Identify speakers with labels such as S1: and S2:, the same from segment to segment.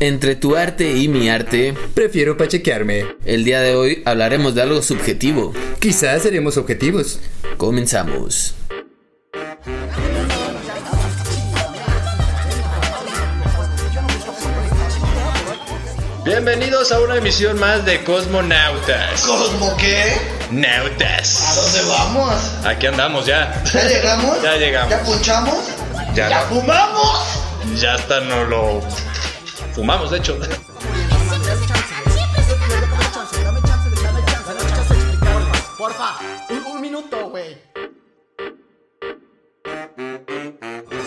S1: Entre tu arte y mi arte,
S2: Prefiero pachequearme.
S1: el día de hoy hablaremos de algo subjetivo.
S2: Quizás seremos objetivos.
S1: Comenzamos.
S3: Bienvenidos a una emisión más de Cosmonautas.
S4: ¿Cosmo qué? ¿A
S3: Nautas.
S4: dónde vamos?
S3: Aquí andamos ya.
S4: ¿Ya llegamos?
S3: Ya llegamos.
S4: ¿Ya punchamos?
S3: Ya.
S4: fumamos?
S3: Ya hasta no lo fumamos, de hecho.
S4: Porfa, un, un minuto, güey.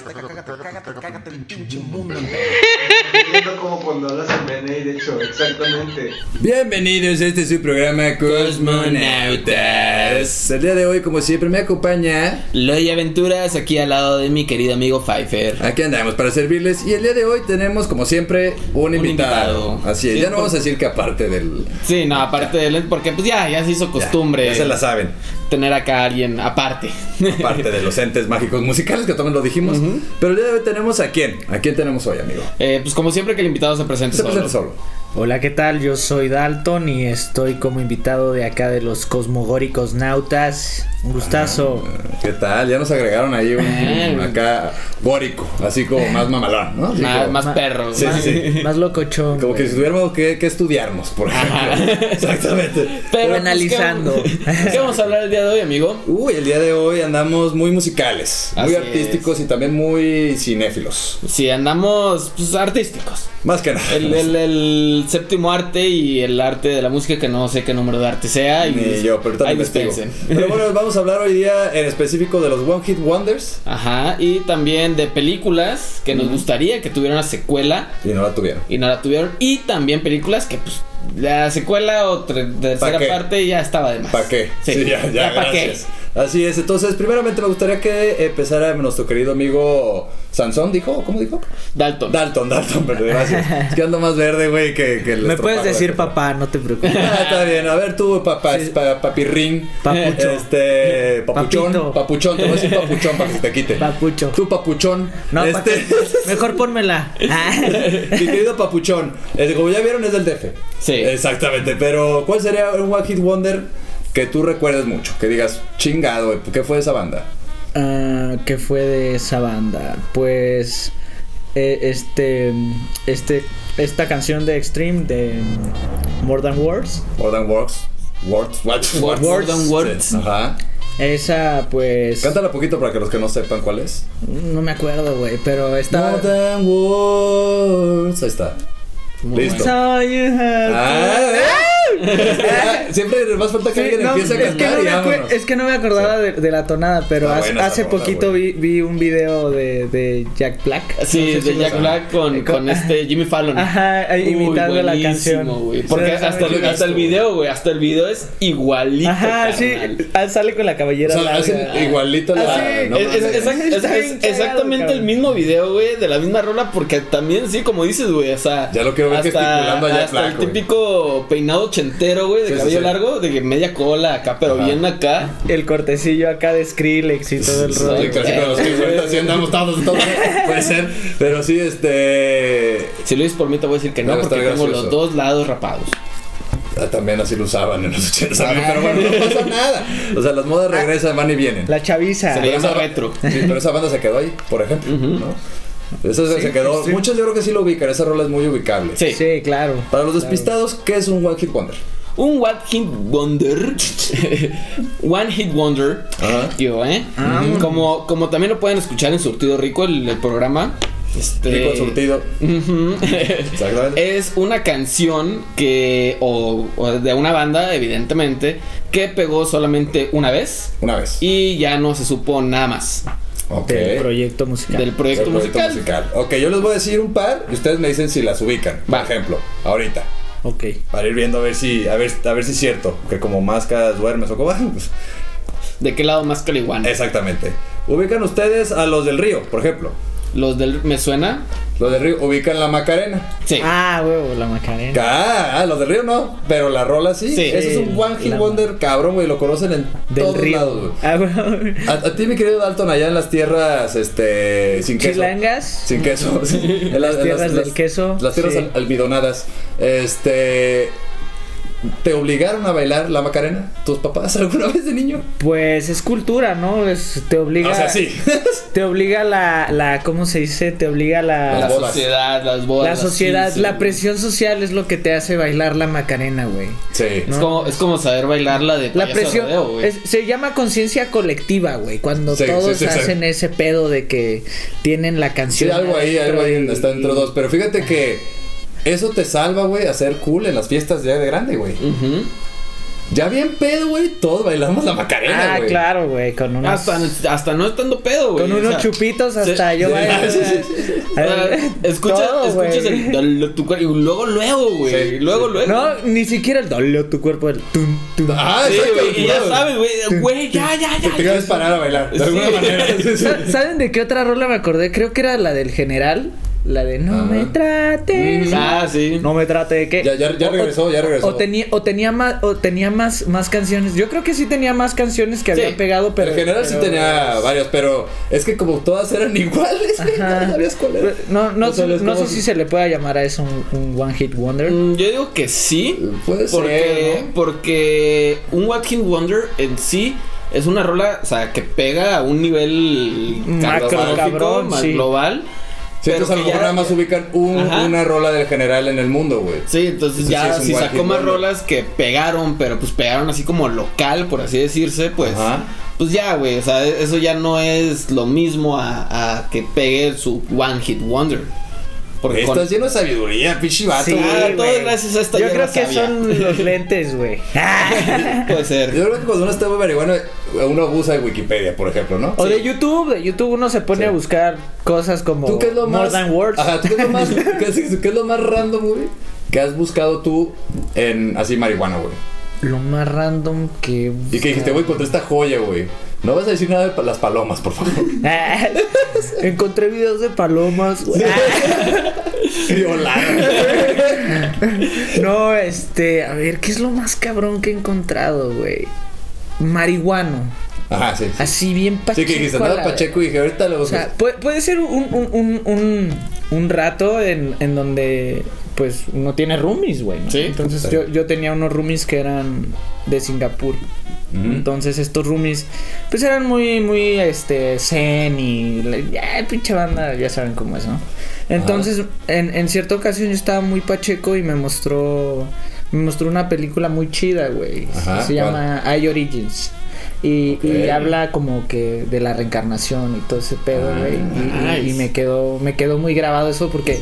S4: Cágate, cágate, cágate el pinche mundo.
S5: Entiendo como cuando hablas en BNI, de hecho, exactamente.
S2: Bienvenidos a este su programa Cosmonautas. El día de hoy, como siempre, me acompaña.
S1: Loy Aventuras aquí al lado de mi querido amigo Pfeiffer.
S2: Aquí andamos para servirles. Y el día de hoy tenemos, como siempre, un,
S1: Un
S2: invitado.
S1: invitado.
S2: Así es.
S1: Sí,
S2: ya no
S1: por-
S2: vamos a decir que aparte del.
S1: Sí, no, aparte de él, porque pues ya, ya se hizo costumbre
S2: Ya se la saben.
S1: tener acá a alguien aparte.
S2: Aparte de los entes mágicos musicales que también lo dijimos. Pero el día de hoy tenemos a quién. ¿A quién tenemos hoy, amigo?
S1: Eh, pues como siempre que el invitado se presente
S2: Se
S1: solo.
S2: presenta solo.
S6: Hola, ¿qué tal? Yo soy Dalton y estoy como invitado de acá de los cosmogóricos nautas. Un gustazo.
S2: ¿Qué tal? Ya nos agregaron ahí un,
S1: Eh.
S2: acá bórico, así como más mamalón, ¿no? Así
S1: Más,
S2: como-
S1: más perro.
S2: Sí,
S1: más-
S2: sí, sí.
S6: Más locochón.
S2: Como que
S6: güey.
S2: si tuviéramos que, que estudiarnos, por ejemplo. Exactamente.
S1: Pero, pues,
S6: Analizando.
S1: ¿qué vamos- ¿Qué vamos a hablar el día de hoy, amigo?
S2: Uy, el día de hoy andamos muy musicales,
S1: Así
S2: muy artísticos y también muy cinéfilos.
S1: Sí, andamos pues, artísticos.
S2: Más que nada.
S1: El, el- el séptimo arte y el arte de la música, que no sé qué número de arte sea. Y
S2: Ni
S1: dis-
S2: yo, pero ahorita
S1: ahí
S2: lo investigo.
S1: dispensen.
S2: Pero bueno, vamos a hablar hoy día en específico de los One Hit Wonders.
S1: Ajá, y también de películas que nos gustaría que tuvieran una secuela
S2: Y no la tuvieron.
S1: y no la tuvieron. Y también películas que, pues, la secuela o tre- tercera
S2: qué?
S1: parte ya estaba de más.
S2: ¿Para qué?
S1: Sí, ya, para qué.
S2: gracias. Así es, entonces, primeramente me gustaría que empezara nuestro querido amigo Sansón, ¿dijo? ¿Cómo dijo?
S1: Dalton.
S2: Dalton, Dalton, perdón, gracias. Es que ando más verde, güey, que, que el
S6: Me puedes
S2: estropajo de
S6: decir
S2: acá.
S6: papá, no te preocupes.
S2: Ah, está bien. A ver tú, papá, pa- papirrín.
S6: Papucho. Eh,
S2: Este, papuchón.
S6: Papito.
S2: Papuchón, te voy a decir papuchón para que se te quite.
S6: Papucho.
S2: Tú, papuchón.
S6: No, pa'
S2: este,
S6: qué. mejor pónmela. Ah.
S2: mi querido papuchón. Este, como ya vieron, es del DF.
S1: Sí.
S2: Exactamente. Pero, ¿cuál sería un One Hit Wonder que tú recuerdes mucho? Que digas, chingado, güey, ¿qué fue esa banda?
S6: Ah, ¿Qué fue de esa banda? Pues eh, este este esta canción de Extreme de More Than Words.
S2: More Than Words. Words. What?
S1: Words. More Than Words.
S2: Sí, Ajá.
S6: Esa pues
S2: Cántala poquito para que los que no sepan cuál es.
S6: no me acuerdo, güey, pero estaba
S2: More Than Words. Ahí está.
S1: Muy
S2: Listo.
S6: So you have to-
S2: Ah, ¿eh? Siempre más falta que
S6: Sí,
S2: alguien
S6: no,
S2: empiece a
S6: es, que
S2: cantar
S6: no
S2: y
S6: me acue-
S2: vámonos.
S6: es que no me acordaba de, de la tonada, pero
S2: Está
S6: hace,
S2: buena esa
S6: hace
S2: rola,
S6: poquito vi, vi un video de, de Jack Black.
S1: Sí,
S6: No sé
S1: de
S6: si
S1: Jack
S6: lo-
S1: Black con, con este Jimmy Fallon.
S6: Ajá,
S1: Uy,
S6: imitando la
S1: buenísimo,
S6: canción.
S1: güey. Porque
S6: Sí,
S1: hasta, el,
S6: buenísimo.
S1: hasta el video, güey. Hasta el video es igualito.
S6: Ajá, sí,
S1: carnal.
S6: ah, sale con la
S2: o
S6: cabellera.
S2: sea,
S6: larga.
S2: hacen igualito la.
S6: Ah, sí.
S2: no
S1: es, es- exact-
S2: mames.
S1: es-
S6: Está
S1: es
S6: bien cagado,
S1: exactamente el
S6: cabrón.
S1: mismo video, güey, de la misma rola, porque también, sí, como dices, güey, o sea,
S2: Ya lo quiero ver gesticulando a Jack
S1: hasta
S2: Black,
S1: el
S2: güey.
S1: típico peinado ochentero, güey, de
S2: Sí, sí,
S1: cabello
S2: sí.
S1: largo, de que media cola acá, pero
S2: Ajá.
S1: bien acá.
S6: El cortecillo acá de Skrillex y todo el
S2: Sí,
S6: rollo.
S2: casi con los que ahorita sí andamos todos, todos. Puede ser. Pero sí, este.
S1: Si lo dices por mí, te voy a decir que no,
S2: Debe
S1: porque
S2: estar
S1: tengo
S2: gracioso.
S1: los dos lados rapados.
S2: ah, También así lo usaban en los 80 amigos, Pero bueno, no pasa nada. O sea, las modas regresan, van y vienen.
S6: Ah. La chaviza.
S1: Se le llama retro.
S2: Sí, pero esa banda se quedó ahí, por ejemplo. ¿no? Esa se quedó.
S6: sí.
S2: Muchos yo creo que sí lo ubican. Esa rola es muy ubicable.
S1: Sí.
S6: Sí, claro.
S2: Para los despistados, ¿qué es un One Hit Wonder?
S1: Un One Hit Wonder. One Hit Wonder.
S2: Ajá.
S1: Tío, ¿eh?
S6: Ah.
S1: como, como también lo pueden escuchar en Surtido Rico, el, el programa. Este,
S2: Rico surtido.
S1: Ujú. Eh,
S2: Exactamente.
S1: Es una canción que, o, o de una banda, evidentemente, que pegó solamente una vez
S2: Una vez.
S1: y ya no se supo nada más
S2: Ok.
S6: Del proyecto musical.
S1: del proyecto,
S2: Del
S1: musical.
S2: Ok, yo les voy a decir un par y ustedes me dicen si las ubican. Por
S1: Va.
S2: ejemplo, ahorita.
S6: Ok.
S2: Para ir viendo a ver si, a ver, a ver si es cierto. Que como máscaras duermes o como. pues,
S1: ¿De qué lado más que la iguana?
S2: Exactamente. Ubican ustedes a los del río, por ejemplo.
S1: Los del. ¿Me suena?
S2: Los del Río ubican la Macarena.
S1: Sí.
S6: Ah, huevo, la Macarena.
S2: Ah, ah, los del Río no, pero la rola sí.
S1: Sí.
S2: Ese es un One Hit
S6: La-
S2: Wonder cabrón, güey. Lo conocen en
S6: Del
S2: todos
S6: río.
S2: lados, güey.
S6: Ah, huevo.
S2: A, a ti, mi querido Dalton, allá en las tierras, este, sin queso.
S6: Chilangas.
S2: Sin queso. sí. En
S6: Las tierras del queso,
S2: Las tierras
S6: sí.
S2: al- almidonadas. Este, ¿te obligaron a bailar la Macarena tus papás alguna vez de niño?
S6: Pues es cultura, ¿no? Es- te obliga.
S2: O sea, sí.
S6: Te obliga la, la. ¿Cómo se dice? Te obliga la.
S1: La
S2: Las bodas.
S1: sociedad, las bodas.
S6: La
S1: las
S6: sociedad,
S1: quince,
S6: la
S1: güey.
S6: presión social es lo que te hace bailar la Macarena, güey.
S2: sí.
S1: Es, como, es como saber bailar la de
S6: La
S1: payaso de
S6: presión
S1: rodeo, güey.
S6: es- se llama conciencia colectiva, güey. Cuando
S2: Sí,
S6: todos
S2: sí, sí, sí.
S6: hacen ese pedo de que tienen la
S2: Sí,
S6: canción.
S2: algo ahí,
S6: adentro
S2: algo ahí
S6: y-
S2: está dentro dos. Pero fíjate que eso te salva, güey, a ser cool en las fiestas ya de grande, güey.
S6: Mm.
S1: Ujú.
S2: Ya bien pedo, güey, todos bailamos la Macarena,
S6: Ah,
S2: güey.
S6: claro, güey. Con unos,
S1: Hasta, hasta no estando pedo, güey.
S6: con
S1: o sea,
S6: unos chupitos
S1: sí.
S6: hasta yo
S2: sí,
S6: bailo.
S2: sí,
S6: güey.
S1: o sea,
S6: Eh,
S1: escuchas,
S6: todo, güey.
S1: escuchas el, el- tu cuerpo y luego, luego, güey.
S2: Sí,
S1: y luego,
S2: sí.
S1: luego.
S6: No, ni siquiera el dole tu cuerpo. El tum, tum.
S2: Ah,
S1: Sí,
S2: exacto,
S1: güey, y ya
S2: claro.
S1: sabes, güey. Güey, ya, ya,
S2: Te
S1: ya.
S2: tienes que parar a bailar, de alguna
S1: Sí.
S2: manera. Sí, sí.
S6: Sa- ¿Saben de qué otra rola me acordé? Creo que era la del general. La de no
S2: Ajá. Mm.
S6: me trates.
S1: Ah, sí.
S6: No me trate de qué.
S2: Ya- ya- ya
S6: O- o-
S2: regresó, ya regresó.
S6: O tenía, o tenía más, o tenía más, más canciones. Yo creo que sí tenía más canciones que
S1: Sí.
S6: habían pegado, pero.
S2: en general sí
S6: pero-
S2: tenía varias, pero es que como todas eran iguales, güey,
S6: Ajá.
S2: no sabías cuál era.
S6: No, no, sé-
S2: sabías
S6: no sé
S2: cómo-
S6: si se le pueda llamar a eso un, un one hit wonder.
S1: Mm, Yo digo que sí.
S2: Puede ser,
S1: porque,
S2: ¿no?
S1: porque un What Hit Wonder en sí es una rola, o sea, que pega a un nivel
S6: Macro,
S1: catastrófico,
S6: cabrón,
S1: más
S6: sí.
S1: global.
S2: Sí, entonces a lo
S1: que ya-
S2: mejor nada más ubican un-
S1: Ajá.
S2: una rola del general en el mundo, güey.
S1: Sí, entonces
S2: Eso sí
S1: ya
S2: es un
S1: si
S2: One
S1: sacó
S2: Hit
S1: más
S2: Wonder.
S1: rolas que pegaron, pero pues pegaron así como local, por así decirse, pues
S2: Ajá.
S1: pues ya, güey, o sea, eso ya no es lo mismo a, a que pegue su One Hit Wonder. Porque con-
S2: Estás lleno de sabiduría, pichi vato,
S6: Sí,
S2: güey.
S1: Ah, todo
S6: güey.
S1: gracias a esta
S6: Yo
S1: ya
S6: creo
S1: la
S6: que
S1: sabía.
S6: son los lentes, güey.
S2: Ah,
S1: puede ser.
S2: Yo creo que cuando uno está muy marihuana, uno abusa de Wikipedia, por ejemplo, ¿no?
S6: o de YouTube, de YouTube uno se pone
S2: Sí.
S6: a buscar cosas como
S2: ¿Tú qué es lo
S6: More
S2: más.
S6: Than Words.
S2: Ajá, ¿tú qué es lo más, qué es- qué es lo más random, güey? Que has buscado tú en así marihuana, güey.
S6: Lo más random que.
S2: Y que dijiste, güey, encontré esta joya, güey. No vas a decir nada de pa- las palomas, por favor.
S6: Ah, Encontré videos de palomas, güey.
S2: Violar.
S6: No, este, a ver, ¿qué es lo más cabrón que he encontrado, güey? Marihuano.
S2: Ajá, sí. sí.
S6: Así bien
S2: Sí,
S6: pacheco.
S2: que dijiste,
S6: a
S2: nada,
S6: la
S2: Pacheco, y dije, ahorita lo
S6: o sea, puede, puede ser un, un, un, un, un rato en, en donde, pues, uno tiene roomies, güey. ¿no?
S1: Sí.
S6: Entonces,
S2: Sí.
S6: Yo, yo tenía unos roomies que eran de Singapur.
S2: Ujú.
S6: Entonces, estos roomies, pues, eran muy, muy, este, zen y... la- Ya, pinche banda, ya saben cómo es, ¿no? Entonces, en, en cierta ocasión yo estaba muy pacheco y me mostró... Me mostró una película muy chida, güey.
S2: Ajá,
S6: Se
S2: ¿cuál?
S6: llama I Origins. Y,
S2: Ok.
S6: y habla como que de la reencarnación y todo ese pedo,
S2: Ah,
S6: güey. Y- y- y,
S1: nice.
S6: me quedó me quedó muy grabado eso porque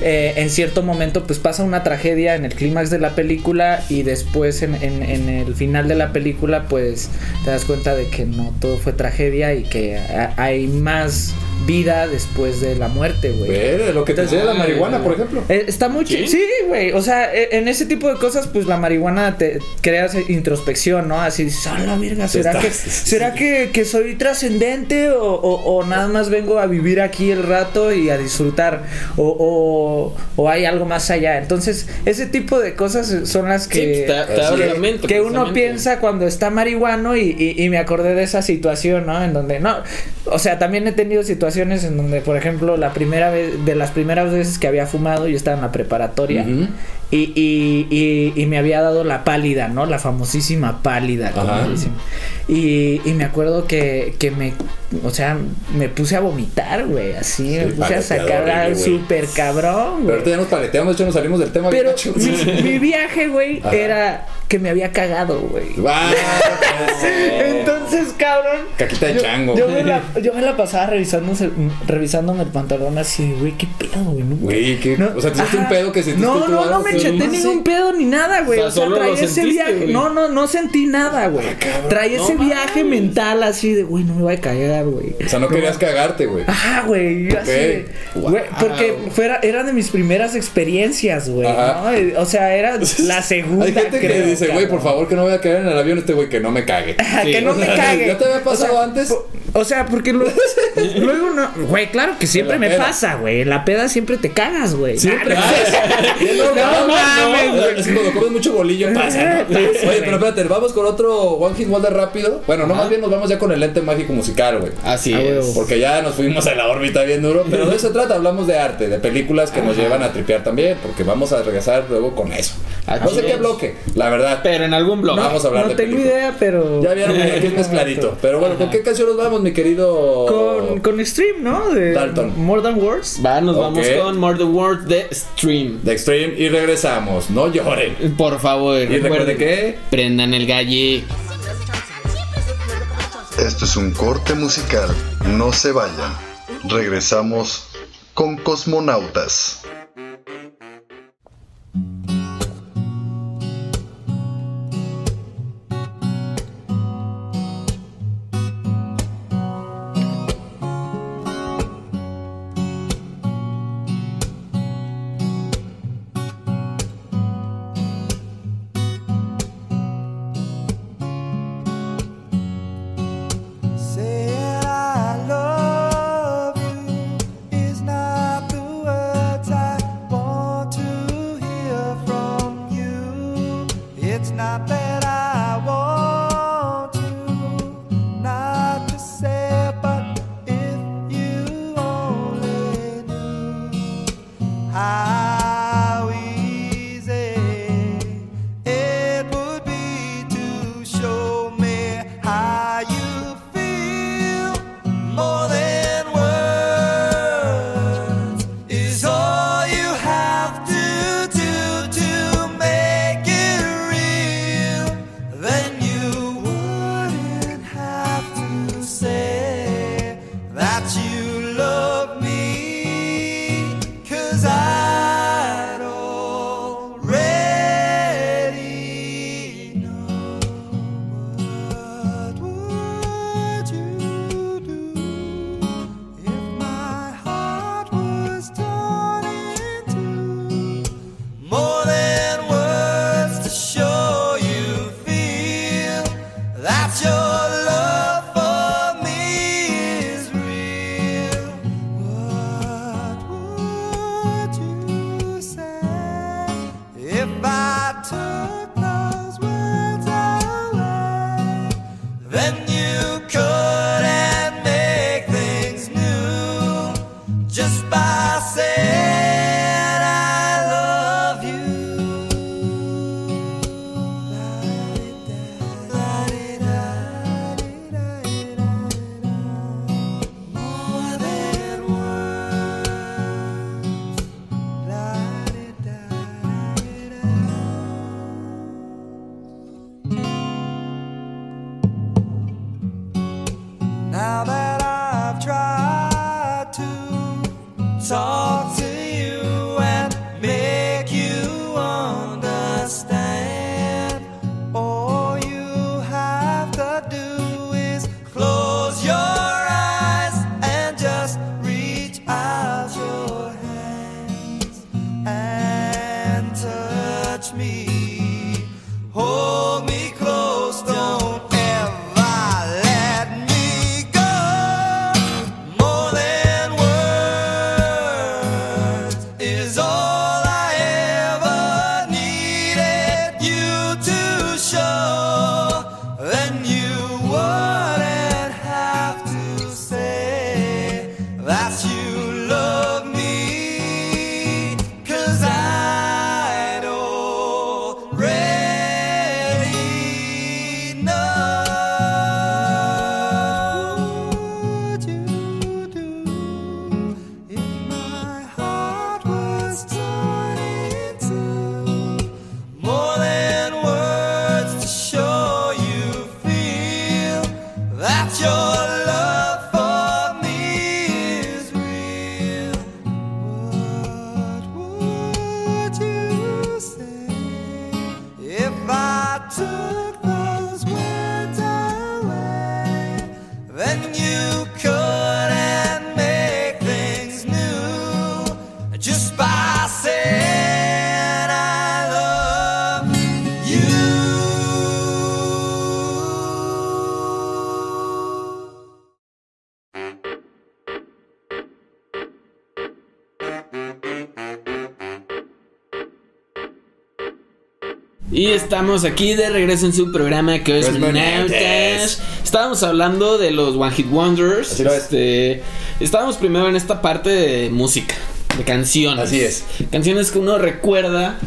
S6: eh, en cierto momento pues pasa una tragedia en el clímax de la película y después en, en- en el final de la película pues te das cuenta de que no todo fue tragedia y que a- hay más vida después de la muerte, güey.
S2: Ver, lo que te enseña la marihuana, por ejemplo.
S6: Eh, Está muy chido. Sí, güey. O sea, eh, en ese tipo de cosas, pues la marihuana te crea esa introspección, ¿no? Así, dices, "A la verga! ¿Será,
S2: Está-
S6: que, ¿será que, que soy trascendente o, o- o nada más vengo a vivir aquí el rato y a disfrutar? O, o- o hay algo más allá. Entonces, ese tipo de cosas son las
S1: Sí,
S6: que.
S1: pues, te, te
S2: así
S1: abre
S2: que-
S1: la mente.
S6: Que uno
S1: precisamente.
S6: piensa cuando está marihuano y, y- y me acordé de esa situación, ¿no? En donde no, o sea, también he tenido situaciones en donde, por ejemplo, la primera vez, de las primeras veces que había fumado, yo estaba en la preparatoria
S2: Ujú.
S6: y, y- y- y me había dado la pálida, ¿no? La famosísima pálida. como
S2: Ajá.
S6: dicen. Y, y me acuerdo que, que me, o sea, me puse a vomitar, güey, así, me puse a
S2: paleteador,
S6: sacar al
S2: güey.
S6: super cabrón,
S2: Pero
S6: güey.
S2: ahorita ya nos paleteamos, de hecho nos salimos del tema.
S6: Pero
S2: bien gacho.
S6: mi, mi viaje, güey,
S2: Ajá.
S6: era que me había cagado, güey.
S2: Va,
S6: Entonces, cabrón.
S2: Caquita de
S6: yo-
S2: chango.
S6: Yo me la, yo me la pasaba revisándose, revisándome el pantalón así, güey, qué pedo, güey. nunca-
S2: Güey, ¿qué?
S6: No,
S2: o sea, te hiciste
S6: ajá.
S2: un pedo que sentiste
S6: No,
S2: tú,
S6: no,
S2: algo,
S6: no me
S2: sí.
S6: escuché
S2: nomás
S6: tener
S2: sí.
S6: un pedo ni nada, güey.
S1: O sea,
S6: O sea,
S1: solo
S6: traía
S1: lo
S6: ese
S1: sentiste,
S6: viaje.
S1: güey.
S6: No, no, no sentí nada, güey.
S2: Ah,
S6: traía
S1: no
S6: ese viaje
S1: mames.
S6: mental así de, güey, no me voy a cagar, güey.
S2: O sea, no querías cagarte, güey.
S6: Ajá, güey, yo así de-
S1: Wow.
S6: güey, porque fuera, era de mis primeras experiencias, güey,
S2: Ajá.
S6: ¿no? Eh, O sea, era la segunda,
S2: Hay gente
S6: creo,
S2: que dice, güey, por
S6: cabrón".
S2: favor, que no voy a caer en el avión este güey, que no me cague.
S6: Ajá,
S1: Sí.
S6: que no me cague.
S2: ¿Ya te había pasado
S6: O sea,
S2: antes?
S6: po- Pues, O sea, porque luego, luego no. Güey, claro que siempre
S2: En
S6: me
S2: la peda.
S6: pasa, güey. En la peda siempre te cagas, güey.
S2: Siempre.
S6: Ah,
S2: Y es
S6: No
S2: normal,
S6: mames,
S2: ¿no?
S6: güey.
S2: Es cuando comes mucho bolillo pasa, ¿no?
S6: Pasa, güey.
S2: Oye, pero espérate, vamos con otro One Hit Wonder rápido. Bueno, no, más bien nos vamos ya con el lente mágico musical, güey.
S1: Así
S6: Ah,
S1: es.
S2: Porque ya nos fuimos a la órbita bien duro, pero de eso se trata, hablamos de arte, de películas que nos llevan a tripear también, porque vamos a regresar luego con eso. Ah,
S1: Así
S2: No sé qué
S1: es.
S2: bloque, la verdad.
S1: Pero en algún blog.
S6: no,
S2: vamos a hablar
S6: no
S2: de
S6: tengo
S2: películas.
S6: idea, pero.
S2: Ya vieron que aquí es mezcladito. Pero bueno, ¿con qué canción nos vamos, mi querido?
S6: Con, con Stream, ¿no? De
S2: Dalton.
S6: More Than Words.
S1: Va, nos
S2: Ok.
S1: vamos con More the World de Stream.
S2: The Extreme y regresamos. No lloren.
S1: Por favor,
S2: Y recuerde
S1: recuerden
S2: que.
S1: prendan el galle.
S7: Esto es un corte musical, no se vayan. Regresamos con Cosmonautas.
S8: Saying I love you is not the words I want to hear from you. It's not that I want you not to say, but if you only knew how easy it would be to show me how you feel. More than words is all you have to do to make it real. Then you wouldn't have to say that you love me. Cause I'd already know what would you do if my heart was torn in two? More than words to show you feel that your love for me is real. What would you say if I took those words away? Then you couldn't make things new just by saying I love you. More than words. La-di-da-di-da. Now that I've tried to talk to you and make you understand, all you have to do is close your eyes and just reach out your hands and touch me. Hold me close, don't ever let me go. More than words.
S1: Y estamos aquí de regreso en su programa que
S2: Pues,
S1: es Menautas.
S2: Cosmonautas.
S1: Estábamos hablando de los One Hit Wonders.
S2: Así lo es.
S1: Este, estábamos primero en esta parte de música, de canciones.
S2: Así es.
S1: Canciones que uno recuerda,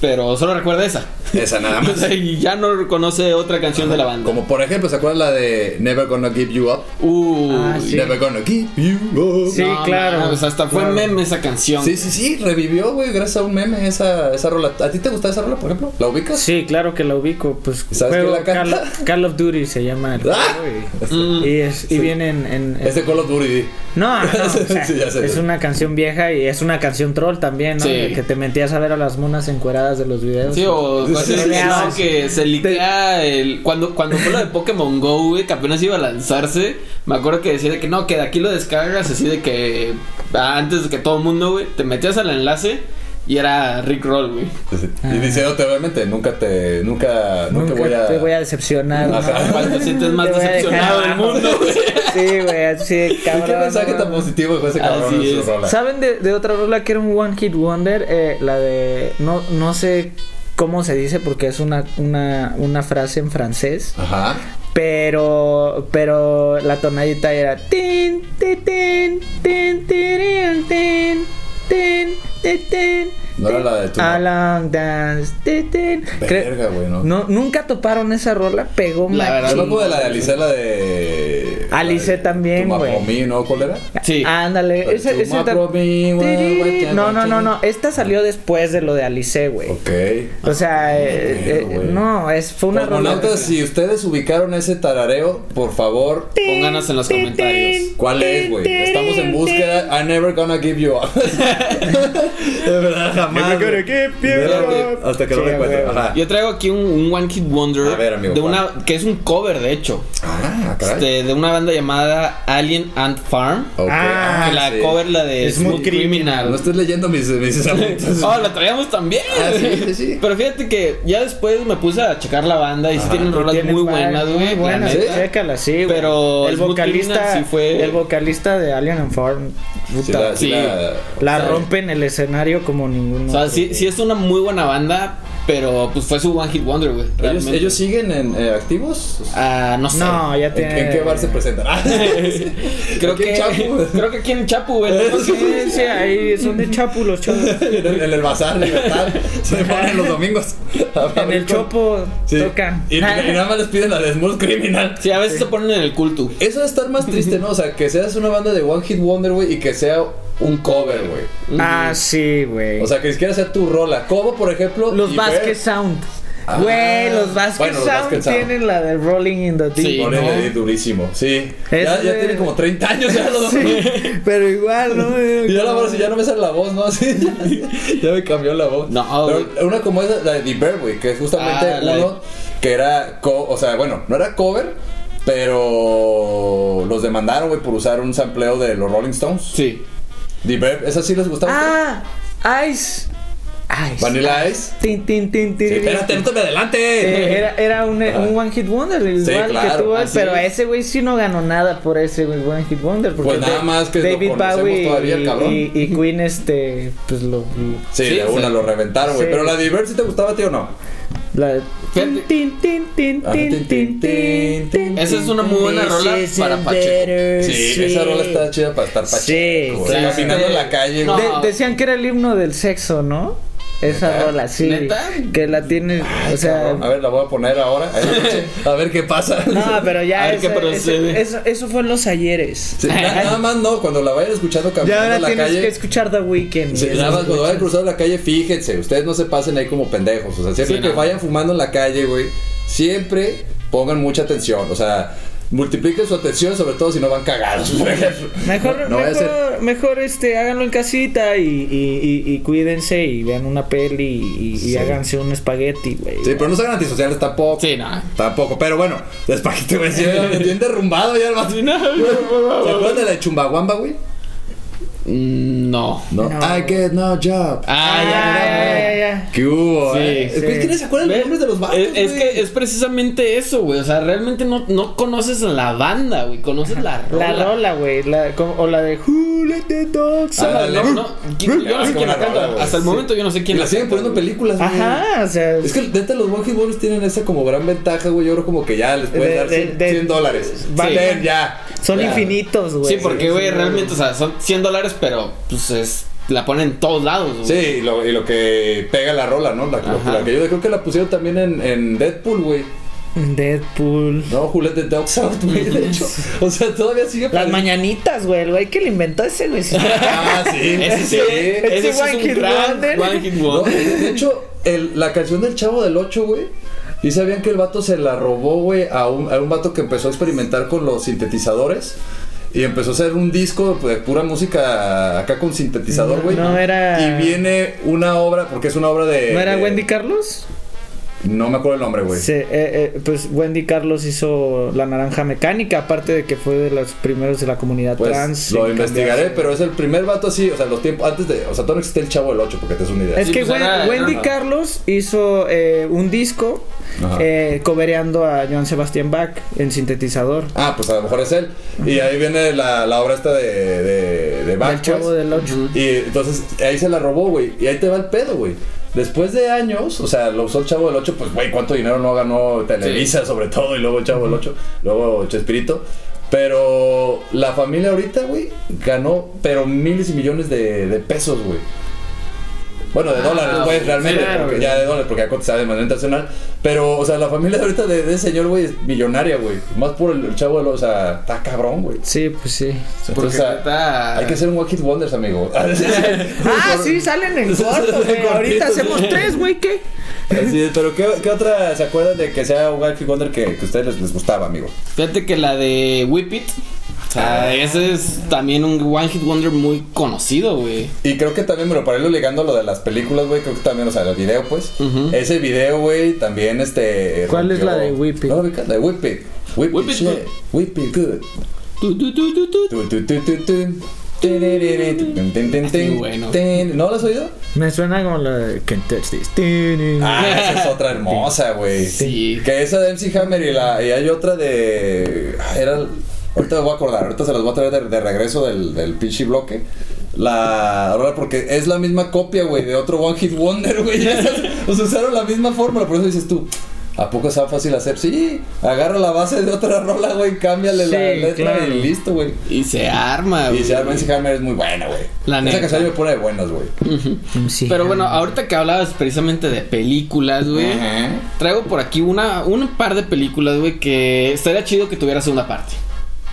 S1: pero solo recuerda esa.
S2: Esa nada
S1: O
S2: más.
S1: sea, y ya no reconoce otra canción de la banda.
S2: Como por ejemplo, ¿se acuerdan la de Never Gonna Give You Up?
S1: Uh,
S6: Ah, sí.
S2: Never Gonna Give You Up.
S6: Sí,
S1: no,
S6: claro.
S1: mames, hasta fue
S6: Claro.
S1: meme esa canción.
S2: Sí, sí, sí, revivió, güey, gracias a un meme esa, esa rola. ¿A ti te gusta esa rola, por ejemplo? ¿La ubicas?
S6: Sí, claro que la ubico. Pues
S2: ¿Sabes
S6: juego
S2: quién la
S6: Call,
S2: canta?
S6: Call of Duty se llama el
S2: Ah.
S6: juego
S1: Mm.
S6: y, y es, y viene en. en- en-
S2: Es de Call of Duty.
S6: No, no, o sea,
S2: Sí, ya sé, ya
S6: es
S2: sé.
S6: una canción vieja y es una canción troll también, ¿no?
S1: Sí.
S6: De Que te metías a ver a las monas encueradas de los videos.
S1: Sí, o
S2: Sí,
S1: cuando
S2: sí,
S1: se
S2: sí.
S1: liquea-
S6: Sí.
S1: que se liquea el. Cuando, cuando fue lo de Pokémon Go, güey, que apenas iba a lanzarse, me acuerdo que decía de que no, que de aquí lo descargas, así de que ah, antes de que todo el mundo, güey, te metías al enlace y era Rick Roll, güey.
S2: Y diciéndote, obviamente, nunca te, nunca, nunca,
S6: Ah. Nunca
S2: voy a...
S6: te voy a decepcionar. ¿no?
S2: Ajá.
S1: Cuando te sientes más
S6: Te voy a dejar
S1: decepcionado del
S6: abajo.
S1: mundo, güey.
S6: Sí, güey, así,
S2: ¿Y
S6: cabrón.
S2: ¿Qué mensaje
S6: no
S2: tan
S6: mames.
S2: positivo fue ese cabrón
S1: Así
S2: en
S1: es.
S2: su rola?
S6: ¿Saben de, de otra rola que era un One Hit Wonder? Eh, la de. No, no sé cómo se dice porque es una, una, una frase en francés.
S2: Ajá.
S6: Pero. Pero la tonadita era. Tin, ti, tin, tin, tirin, tin, tin, ti, tin,
S2: No era
S6: tin,
S2: la de tu-
S6: Along dance. ti, tin. Cre-
S2: Verga, güey, ¿no?
S6: no, nunca toparon esa rola, pegó
S1: La
S6: machín.
S1: verdad,
S2: Yo me acuerdo de la de Alice, la de...
S6: Alice
S2: la de
S6: también,
S2: Tu
S6: güey.
S2: Mapomí, ¿no? ¿Cuál era?
S1: Sí.
S2: Ah,
S6: Ándale,
S2: Pero
S6: ese,
S2: tú
S6: ese
S2: me
S6: ta-
S2: prometí, güey, güey,
S6: No, no, no,
S2: chingón.
S6: no. Esta salió después de lo de Alice, güey.
S2: Ok. Ah,
S6: O sea, eh, eh,
S2: güey.
S6: no, es fue una rola.
S2: Cosmonautas, si ustedes ubicaron ese tarareo, por favor,
S1: Pónganos en los comentarios.
S2: ¿Cuál es, güey? Estamos en búsqueda. I'm never gonna give you up. de verdad, jamás.
S6: Never gonna
S2: güey.
S6: give you
S2: Espérate,
S6: up.
S2: Hasta que
S6: Sí,
S2: lo recuerden.
S6: güey.
S2: Ajá.
S1: Yo traigo aquí un, un One Hit Wonder.
S2: A ver, amigo,
S1: de
S2: ¿cuál?
S1: una, que es un cover, de hecho.
S2: Ah, caray.
S1: Este, de una banda llamada Alien Ant Farm.
S2: Ok.
S6: Ah,
S1: que la
S2: sí.
S1: cover la de
S6: Smooth
S1: Smooth Criminal.
S2: No estoy leyendo mis, mis apuntes.
S1: Oh, la traíamos también.
S2: Pues, Ah, sí, sí, sí.
S1: Pero fíjate que ya después me puse a checar la banda y sí tienen rolas
S6: Tiene
S1: muy
S6: varias
S1: buenas, güey.
S6: Muy
S1: la
S6: buenas, ¿eh?
S1: neta.
S6: chécala, sí, güey.
S1: Pero
S6: el
S1: Smooth
S6: vocalista
S1: Criminal sí fue-
S6: el vocalista de Alien and Farm, puta,
S2: Sí, la,
S1: Sí.
S2: la-
S6: la rompe en el escenario como ninguno.
S1: O sea, sí, sí es una muy buena banda, pero pues fue su One Hit Wonder, güey.
S2: ¿Ellos,
S1: realmente.
S2: ellos siguen en, eh, activos?
S1: Ah, no sé.
S6: No, ya
S2: ¿En,
S6: tiene
S2: en qué bar se presentan? Ah, sí.
S1: Creo
S2: Aquí en
S1: que,
S2: Chapu.
S1: creo que aquí en Chapu, güey. ¿no?
S6: Sí, sí, ahí son de Chapu los chavos.
S2: en, el, en el bazar, libertad. Se ponen los domingos.
S6: En el Chopo
S2: Sí.
S6: tocan.
S2: Y, y nada más les piden la de Smooth Criminal.
S1: Sí, a veces se ponen en el culto.
S2: Eso debe estar más triste, ¿no? O sea, que seas una banda de One Hit Wonder, güey, y que sea un cover, güey.
S6: Ah, sí, güey.
S2: O sea, que ni siquiera sea tu rola. Como, por ejemplo...
S6: Los
S2: y
S6: Vázquez
S2: ver-
S6: Sound.
S2: Ah.
S6: Güey, los Vázquez
S2: Bueno, los
S6: Sound
S2: Vázquez Sound.
S6: tienen la de Rolling in the Deep.
S1: Sí,
S2: Ponele
S6: ¿no?
S2: ahí durísimo, sí.
S6: Es
S2: ya, ya
S6: de-
S2: tienen como 30 años ya los
S6: Sí, pero igual, ¿no?
S2: Y ya la verdad, si ya no me sale la voz, ¿no? Así, ya, ya me cambió la voz.
S1: No,
S2: Pero
S1: güey.
S2: una como esa, la de The Bear, güey, que es justamente
S1: Ah, la de-
S2: uno que era, co- o sea, bueno, no era cover, pero los demandaron, güey, por usar un sampleo de los Rolling Stones.
S1: Sí.
S2: The Bear, ¿esa sí les gustaba?
S6: Ah, Ice. Ice.
S2: Vanilla Ice.
S6: Tin, tin, tin, tin.
S2: Sí, espérate, no te me
S6: Eh,
S2: adelante.
S6: era, era un, un One Hit Wonder, igual que
S2: claro,
S6: tú,
S2: así
S6: pero
S2: es.
S6: ese güey sí no ganó nada por ese güey One Hit Wonder. Porque
S2: Pues nada
S6: Da-
S2: más que lo
S6: David
S2: conocemos
S6: Bowie
S2: todavía, el cabrón.
S6: y, y Queen, este, pues lo. lo-
S2: Sí,
S1: Sí,
S2: de
S1: o
S2: una
S1: sea,
S2: lo reventaron, güey.
S6: sí.
S2: Pero la de The Bear, ¿sí te gustaba, tío, o no?
S6: la, tin,
S1: Fíjate.
S6: tin, tin, tin,
S2: Ah, tin,
S6: tin,
S2: tin,
S6: tin,
S2: tin, tin.
S1: Esa es una muy buena
S6: This
S1: rola
S6: is
S1: para
S6: a
S1: Pacheco.
S6: better
S2: Sí,
S6: sweet.
S2: esa rola está chida para estar pacheco.
S6: Sí,
S2: güey.
S1: claro.
S2: Caminando en la calle, güey.
S1: No.
S6: De- decían que era el himno del sexo, ¿no? Esa
S2: ¿Neta?
S6: rola, sí.
S1: ¿Neta?
S6: Que la tiene, o sea.
S2: A ver, la voy a poner ahora. A ver, a ver qué pasa.
S6: No, pero
S1: A
S6: ya
S1: ver qué
S6: ese-
S1: procede.
S6: ese- eso, eso fue en los ayeres.
S2: Sí, na- nada más no, cuando la vayan escuchando
S6: Ya
S2: caminando
S6: ahora
S2: en la
S6: tienes que
S2: calle.
S6: escuchar The Weeknd.
S2: sí, nada más cuando vayan cruzando la calle, fíjense, ustedes no se pasen ahí como pendejos. O sea, siempre
S1: Sí,
S2: que
S1: no.
S2: vayan fumando en la calle, güey, siempre pongan mucha atención. O sea, multipliquen su atención, sobre todo si no van cagados, por ejemplo.
S6: Mejor,
S2: No, no vaya a ser-
S6: mejor, mejor este, háganlo en casita y, y, y- y cuídense y vean una peli y, y
S2: Sí.
S6: háganse un espagueti, güey.
S2: Sí, pero no sean antisociales tampoco.
S1: Sí, no.
S2: Tampoco, pero bueno, despacito, güey. Sí, me tienen derrumbado ya el vato. ¿Se acuerdan de la de Chumbaguamba, güey?
S1: Mm, No.
S2: No. I get no job.
S1: Ah, ya, ya,
S6: Ay,
S1: ya.
S6: ya, ya.
S2: ¿Qué hubo?
S1: Sí,
S2: eh?
S1: sí.
S2: Es que es que no se acuerdan los
S1: ¿Ves?
S2: nombres de los vatos,
S1: Es, es
S2: güey.
S1: que es precisamente eso, güey. O sea, realmente no, no conoces a la banda, güey. Conoces la rola.
S6: La rola, güey. la- como- o la de Who Let the Dogs
S2: Ah,
S1: No,
S6: Out.
S2: la-
S1: no, no, qui- yo no sé quién la canta. Hasta el momento yo no sé
S2: Y
S1: quién
S2: la
S1: la
S2: siguen
S1: canta.
S2: poniendo en películas, güey.
S6: Ajá, o sea.
S2: Es que neta los Monkey Boys tienen esa como gran ventaja, güey. Yo creo como que ya les pueden
S6: De-
S2: dar
S6: de-
S2: 100,
S6: de-
S2: 100 dólares.
S6: Va-
S2: Sí. Ten, ya.
S6: Son
S2: Ya.
S6: infinitos, güey.
S1: Sí, porque, güey, realmente, o sea, son 100 dólares, pero pues es, la ponen en todos lados, güey.
S2: Sí, y lo, y lo que pega la rola, ¿no? La, lo-
S1: Ajá.
S2: la que yo creo que la pusieron también en, en Deadpool, güey.
S6: Deadpool.
S2: No, Juliet de Dogs Out, güey. De hecho, o sea, todavía sigue.
S6: Las
S2: pareciendo-
S6: mañanitas, güey. El güey que le inventó ese, güey. sí.
S2: Ah, sí.
S1: Ese sí,
S6: Ese
S1: ese sí
S6: One
S1: es un
S6: Hit Wonder.
S1: gran One Hit
S2: No,
S1: Wonder.
S2: de hecho, el- la canción del Chavo del 8, güey. Y sabían que el vato se la robó, güey, a un, a un vato que empezó a experimentar con los sintetizadores. Y empezó a hacer un disco de pues, pura música acá con sintetizador,
S6: No,
S2: güey.
S6: no era-
S2: Y viene una obra, porque es una obra de.
S6: ¿No era
S2: de-
S6: Wendy Carlos?
S2: No me acuerdo el nombre, güey.
S6: Sí, eh, eh, pues Wendy Carlos hizo La Naranja Mecánica, aparte de que fue de los primeros de la comunidad
S2: Pues
S6: trans.
S2: lo
S6: en
S2: investigaré,
S6: cambiarse.
S2: pero es el primer vato así, o sea, los tiempos antes de, o sea, todavía no existe el Chavo del 8 porque te es una idea.
S6: Es
S1: Sí,
S6: que
S1: pues,
S6: Wen-
S1: era-
S6: Wendy
S1: era-
S6: Carlos hizo eh, un disco
S2: Ajá.
S6: eh, cobereando a Joan Sebastián Bach en sintetizador.
S2: Ah, pues a lo mejor es él. Y ahí viene la, la obra esta de, de, de Bach,
S6: Del Chavo
S2: pues.
S6: del Ocho.
S2: Y entonces ahí se la robó, güey. Y ahí te va el pedo, güey. Después de años, o sea, lo usó el Chavo del 8, pues, güey, ¿cuánto dinero no ganó Televisa, sobre todo? Y luego el Chavo del 8, luego Chespirito. Pero la familia ahorita, güey, ganó, pero miles y millones de, de pesos, güey. Bueno, de dólares,
S1: Ah, sí,
S2: pues, realmente.
S1: claro,
S2: porque
S1: güey.
S2: ya de dólares, porque acá sabe de manera internacional. Pero, o sea, la familia ahorita de, de ese señor, güey, es millonaria, güey. Más por el, el Chavo del 8, o sea, está cabrón, güey.
S6: Sí, pues sí.
S1: Porque
S2: Entonces, o sea,
S1: neta-
S2: hay que ser un One Hit Wonders, amigo.
S6: Ah, sí, salen en corto, güey. Ahorita hacemos tres, güey, ¿qué?
S2: Así es, pero ¿qué, qué otra se acuerdan de que sea un One Hit Wonder que, que a ustedes les, les gustaba, amigo?
S1: Fíjate que la de Whip It. O
S2: Ah.
S1: sea, ese es también un One Hit Wonder muy conocido, güey.
S2: Y creo que también, bueno, para irlo ligando a lo de las películas, güey, creo que también, o sea, el video, pues.
S1: Ujú.
S2: Ese video, güey, también, este...
S6: ¿Cuál es la de Whip It?
S2: No, la ubicas, la de Whip It. Whip,
S1: Whip
S2: It,
S1: It
S2: shit.
S1: Good.
S2: Whip It Good.
S1: Tu, tu, tu, tu, tu.
S2: Tu, tu, tu, tu, tu. Tiririrí, tu, tin, tin, tin, tin,
S1: muy bueno.
S2: tin. ¿No la has oído?
S6: Me suena como la de Can't Touch This.
S2: Ah, esa es otra hermosa, güey.
S1: Sí.
S2: Que esa de MC Hammer y, la, y hay otra de. ah, Era. Ahorita me voy a acordar, ahorita se las voy a traer de, de regreso del, del pinche bloque. La. Ahora, porque es la misma copia, güey, de otro One Hit Wonder, güey. Esas- O sea, usaron la misma fórmula, por eso dices tú. ¿A poco es tan fácil hacer? Sí, agarra la base de otra rola, güey, cámbiale la
S6: Sí,
S2: letra
S6: claro.
S2: y listo, güey.
S1: Y se arma, Ah, güey.
S2: Y si MC Hammer es muy buena, güey.
S1: La
S2: Esa
S1: neta.
S2: canción me pone de buenas, güey.
S6: Sí.
S1: Pero bueno, ahorita que hablabas precisamente de películas, güey.
S2: Ajá.
S1: Traigo por aquí una, un par de películas, güey, que estaría chido que tuviera segunda parte.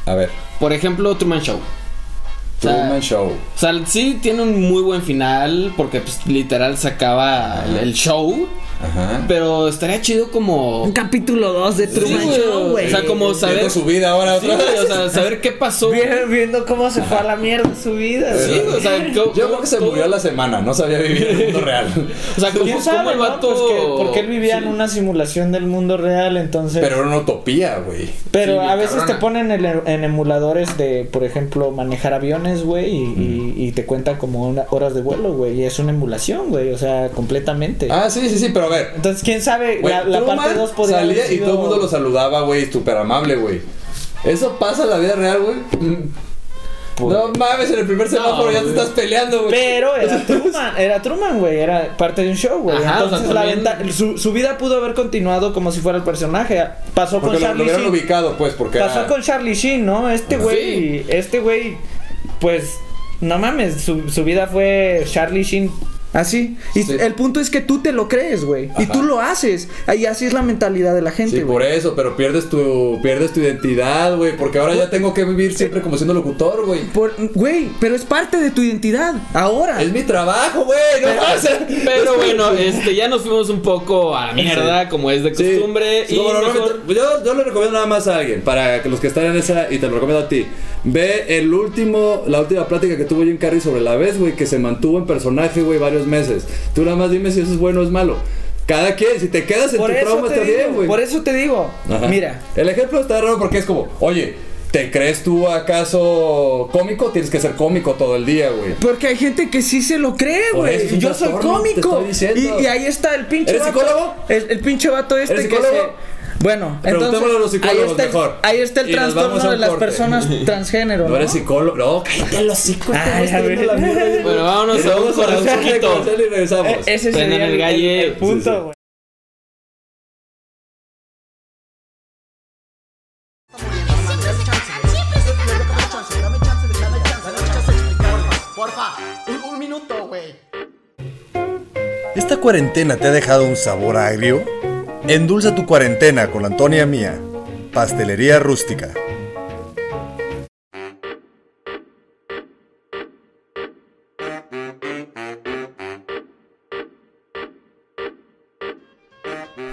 S2: A ver,
S1: Por ejemplo, Truman Show. O sea,
S2: Truman Show.
S1: O sea, sí tiene un muy buen final, porque pues, literal se acaba el, el show.
S2: Ajá.
S1: Pero estaría chido como...
S6: Un capítulo 2 de Truman
S1: güey.
S6: Show, güey.
S1: O sea, como saber...
S2: Viendo su vida ahora
S1: Sí,
S2: otra
S1: güey,
S2: vez.
S1: o sea, saber qué pasó. güey.
S6: Viendo, viendo cómo se fue a la mierda su vida, güey.
S1: Sí, güey, o sea, co-
S2: Yo creo que se
S1: co-
S2: murió a la semana, no sabía vivir en el mundo real.
S1: O sea, ¿cómo,
S6: ¿Quién sabe,
S1: cómo el
S6: no?
S1: vato...
S6: Pues que- porque él vivía en
S1: Sí.
S6: una simulación del mundo real, entonces...
S2: Pero era una utopía, güey.
S6: Pero
S1: Sí, bien
S6: a veces
S1: cabrona.
S6: te ponen el- en emuladores de, por ejemplo, manejar aviones, güey, y, y- y te cuentan como una- horas de vuelo, güey, y es una emulación, güey, o sea, completamente.
S2: Ah, sí, sí, sí, pero a ver.
S6: Entonces, quién sabe,
S2: güey,
S6: la, la
S2: Truman
S6: parte 2 podría
S2: salía
S6: haber
S2: y todo el
S6: sido-
S2: mundo lo saludaba, güey, súper amable, güey. Eso pasa en la vida real, güey. Mm.
S6: Pues-
S2: No mames, en el primer semáforo ya te estás peleando, güey.
S6: Pero era Truman, era Truman, güey, era parte de un show, güey.
S1: Ajá, o
S6: Entonces,
S1: sea,
S6: la
S1: también-
S6: venta- su, su vida pudo haber continuado como si fuera el personaje. Pasó
S2: Porque lo, lo
S6: con Charlie
S2: hubieran
S6: Sheen.
S2: ubicado, pues, porque
S6: Pasó
S2: era-
S6: con Charlie Sheen, ¿no? Este güey, este güey, pues, no mames, su, su vida fue Charlie Sheen. Así. ¿Ah, Y
S2: Sí.
S6: el punto es que tú te lo crees, güey. Y
S2: Ajá.
S6: tú lo haces. Y así es la mentalidad de la gente,
S2: Sí, por e-
S6: güey.
S2: eso, pero pierdes tu, pierdes tu identidad, güey, porque ahora
S6: Pues,
S2: ya tengo que vivir siempre como siendo locutor, güey.
S6: Por- Güey, pero es parte de tu identidad. Ahora.
S2: Es mi trabajo, güey, no mames.
S1: Pero bueno, este, ya nos fuimos un poco a la mierda, como es de
S2: Sí.
S1: costumbre.
S2: Sí,
S1: y
S2: como normalmente-
S1: mejor-
S2: yo, yo le recomiendo nada más a alguien, para que los que están en esa, y te lo recomiendo a ti. Ve el último, la última plática que tuvo Jim Carrey sobre la vez, güey, que se mantuvo en personaje, güey, varios meses. Tú nada más dime si eso es bueno o es malo. Cada quien, si te quedas en
S6: por
S2: tu
S6: eso
S2: trauma
S6: te
S2: está
S6: digo,
S2: bien, güey.
S6: Por eso te digo.
S2: Ajá.
S6: Mira.
S2: El ejemplo está raro porque es como, oye, ¿Te crees tú acaso cómico? Tienes que ser cómico todo el día, güey.
S6: Porque hay gente que sí se lo cree,
S2: Por eso es
S6: güey.
S2: un
S6: Yo soy
S2: trastorno, te
S6: cómico.
S2: estoy diciendo.
S6: Y, y ahí está el pinche
S2: ¿Eres
S6: vato.
S2: psicólogo?
S6: El, el pinche vato este
S2: ¿Eres
S6: que
S2: psicólogo?
S6: se- Bueno, entonces
S2: Preguntémosle a los
S6: ahí
S2: psicólogos
S6: está, el-
S2: mejor.
S6: ahí está el
S2: Y nos vamos a
S6: trastorno
S2: un
S6: de las
S2: corte.
S6: personas transgénero.
S2: No
S6: ¿no?
S2: eres psicólogo. No, cállate los hocico.
S6: Ay,
S2: estamos
S6: a ver.
S2: tirando la mierda.
S1: Bueno, vámonos a un
S2: Vamos a
S1: corte
S2: un corte
S1: chiquito.
S2: comercial y regresamos.
S6: E- ese
S1: Prendan
S6: sería
S1: el
S6: el, el-
S1: galle.
S6: el punto,
S2: Sí, sí.
S6: güey.
S4: Dame chance, de- dame chance, dame chance de explicarme. Porfa, un, un minuto, güey.
S7: ¿Esta cuarentena te ha dejado un sabor agrio? Endulza tu cuarentena con la Antonia Mía, Pastelería Rústica.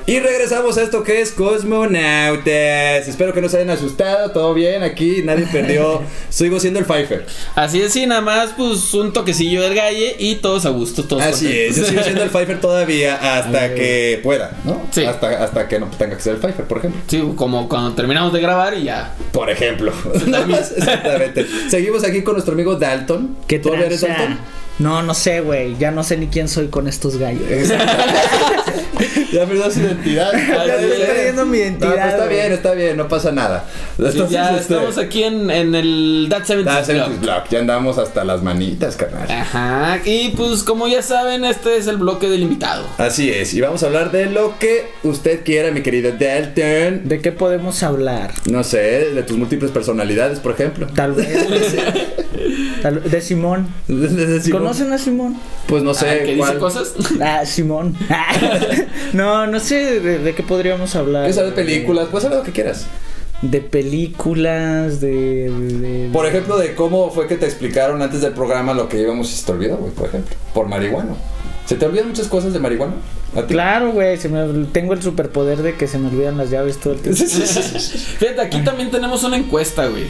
S2: Y regresamos a esto que es Cosmonautas. Espero que no se hayan asustado. Todo bien aquí. Nadie perdió. Sigo siendo el Pfeiffer.
S1: Así es, y nada más, pues un toquecillo del galle y todos a gusto, todos
S2: Así es. Yo
S1: contentos.
S2: sigo siendo el Pfeiffer todavía hasta que pueda, ¿no?
S1: Sí.
S2: Hasta, hasta que no tenga que ser el Pfeiffer, por ejemplo.
S1: Sí, como cuando terminamos de grabar y ya.
S2: Por ejemplo. Nada más, Exactamente. Seguimos aquí con nuestro amigo Dalton.
S6: ¿Qué
S2: ¿Tú eres
S6: tranza?
S2: Dalton?
S6: No, no sé, güey. Ya no sé ni quién soy con estos gallos.
S2: Exactamente. ya perdió su identidad.
S1: Ya estoy
S6: perdiendo mi identidad,
S2: No, pero está
S6: güey.
S2: bien, está bien, no pasa nada.
S1: Sí, ya estamos aquí en, en el That 70
S2: Ah, este, Seventies Block, Ya andamos hasta las manitas, carnal.
S1: Ajá, y pues como ya saben, este es el bloque del invitado.
S2: Así es, y vamos a hablar de lo que usted quiera, mi querido Dalton.
S6: ¿De qué podemos hablar?
S2: No sé, de tus múltiples personalidades, por ejemplo.
S6: Tal vez. no sé. Tal- de Simón.
S2: ¿Conocen?
S6: ¿Conocen a Simón?
S2: Pues no
S1: Ah,
S2: sé.
S1: que
S2: cuál.
S1: dice cosas.
S6: Ah, Simón. no, no sé de, de qué podríamos hablar.
S2: Puedes hablar de películas, puedes hablar de lo que quieras.
S6: De películas, de. de- de-
S2: Por ejemplo, de cómo fue que te explicaron antes del programa lo que íbamos y se te olvidó, güey, por ejemplo. Por marihuano. ¿Se te olvidan muchas cosas de marihuana? ¿A ti?
S6: Claro, güey. se me- Tengo el superpoder de que se me olvidan las llaves todo el tiempo.
S1: Fíjate, aquí también tenemos una encuesta, güey.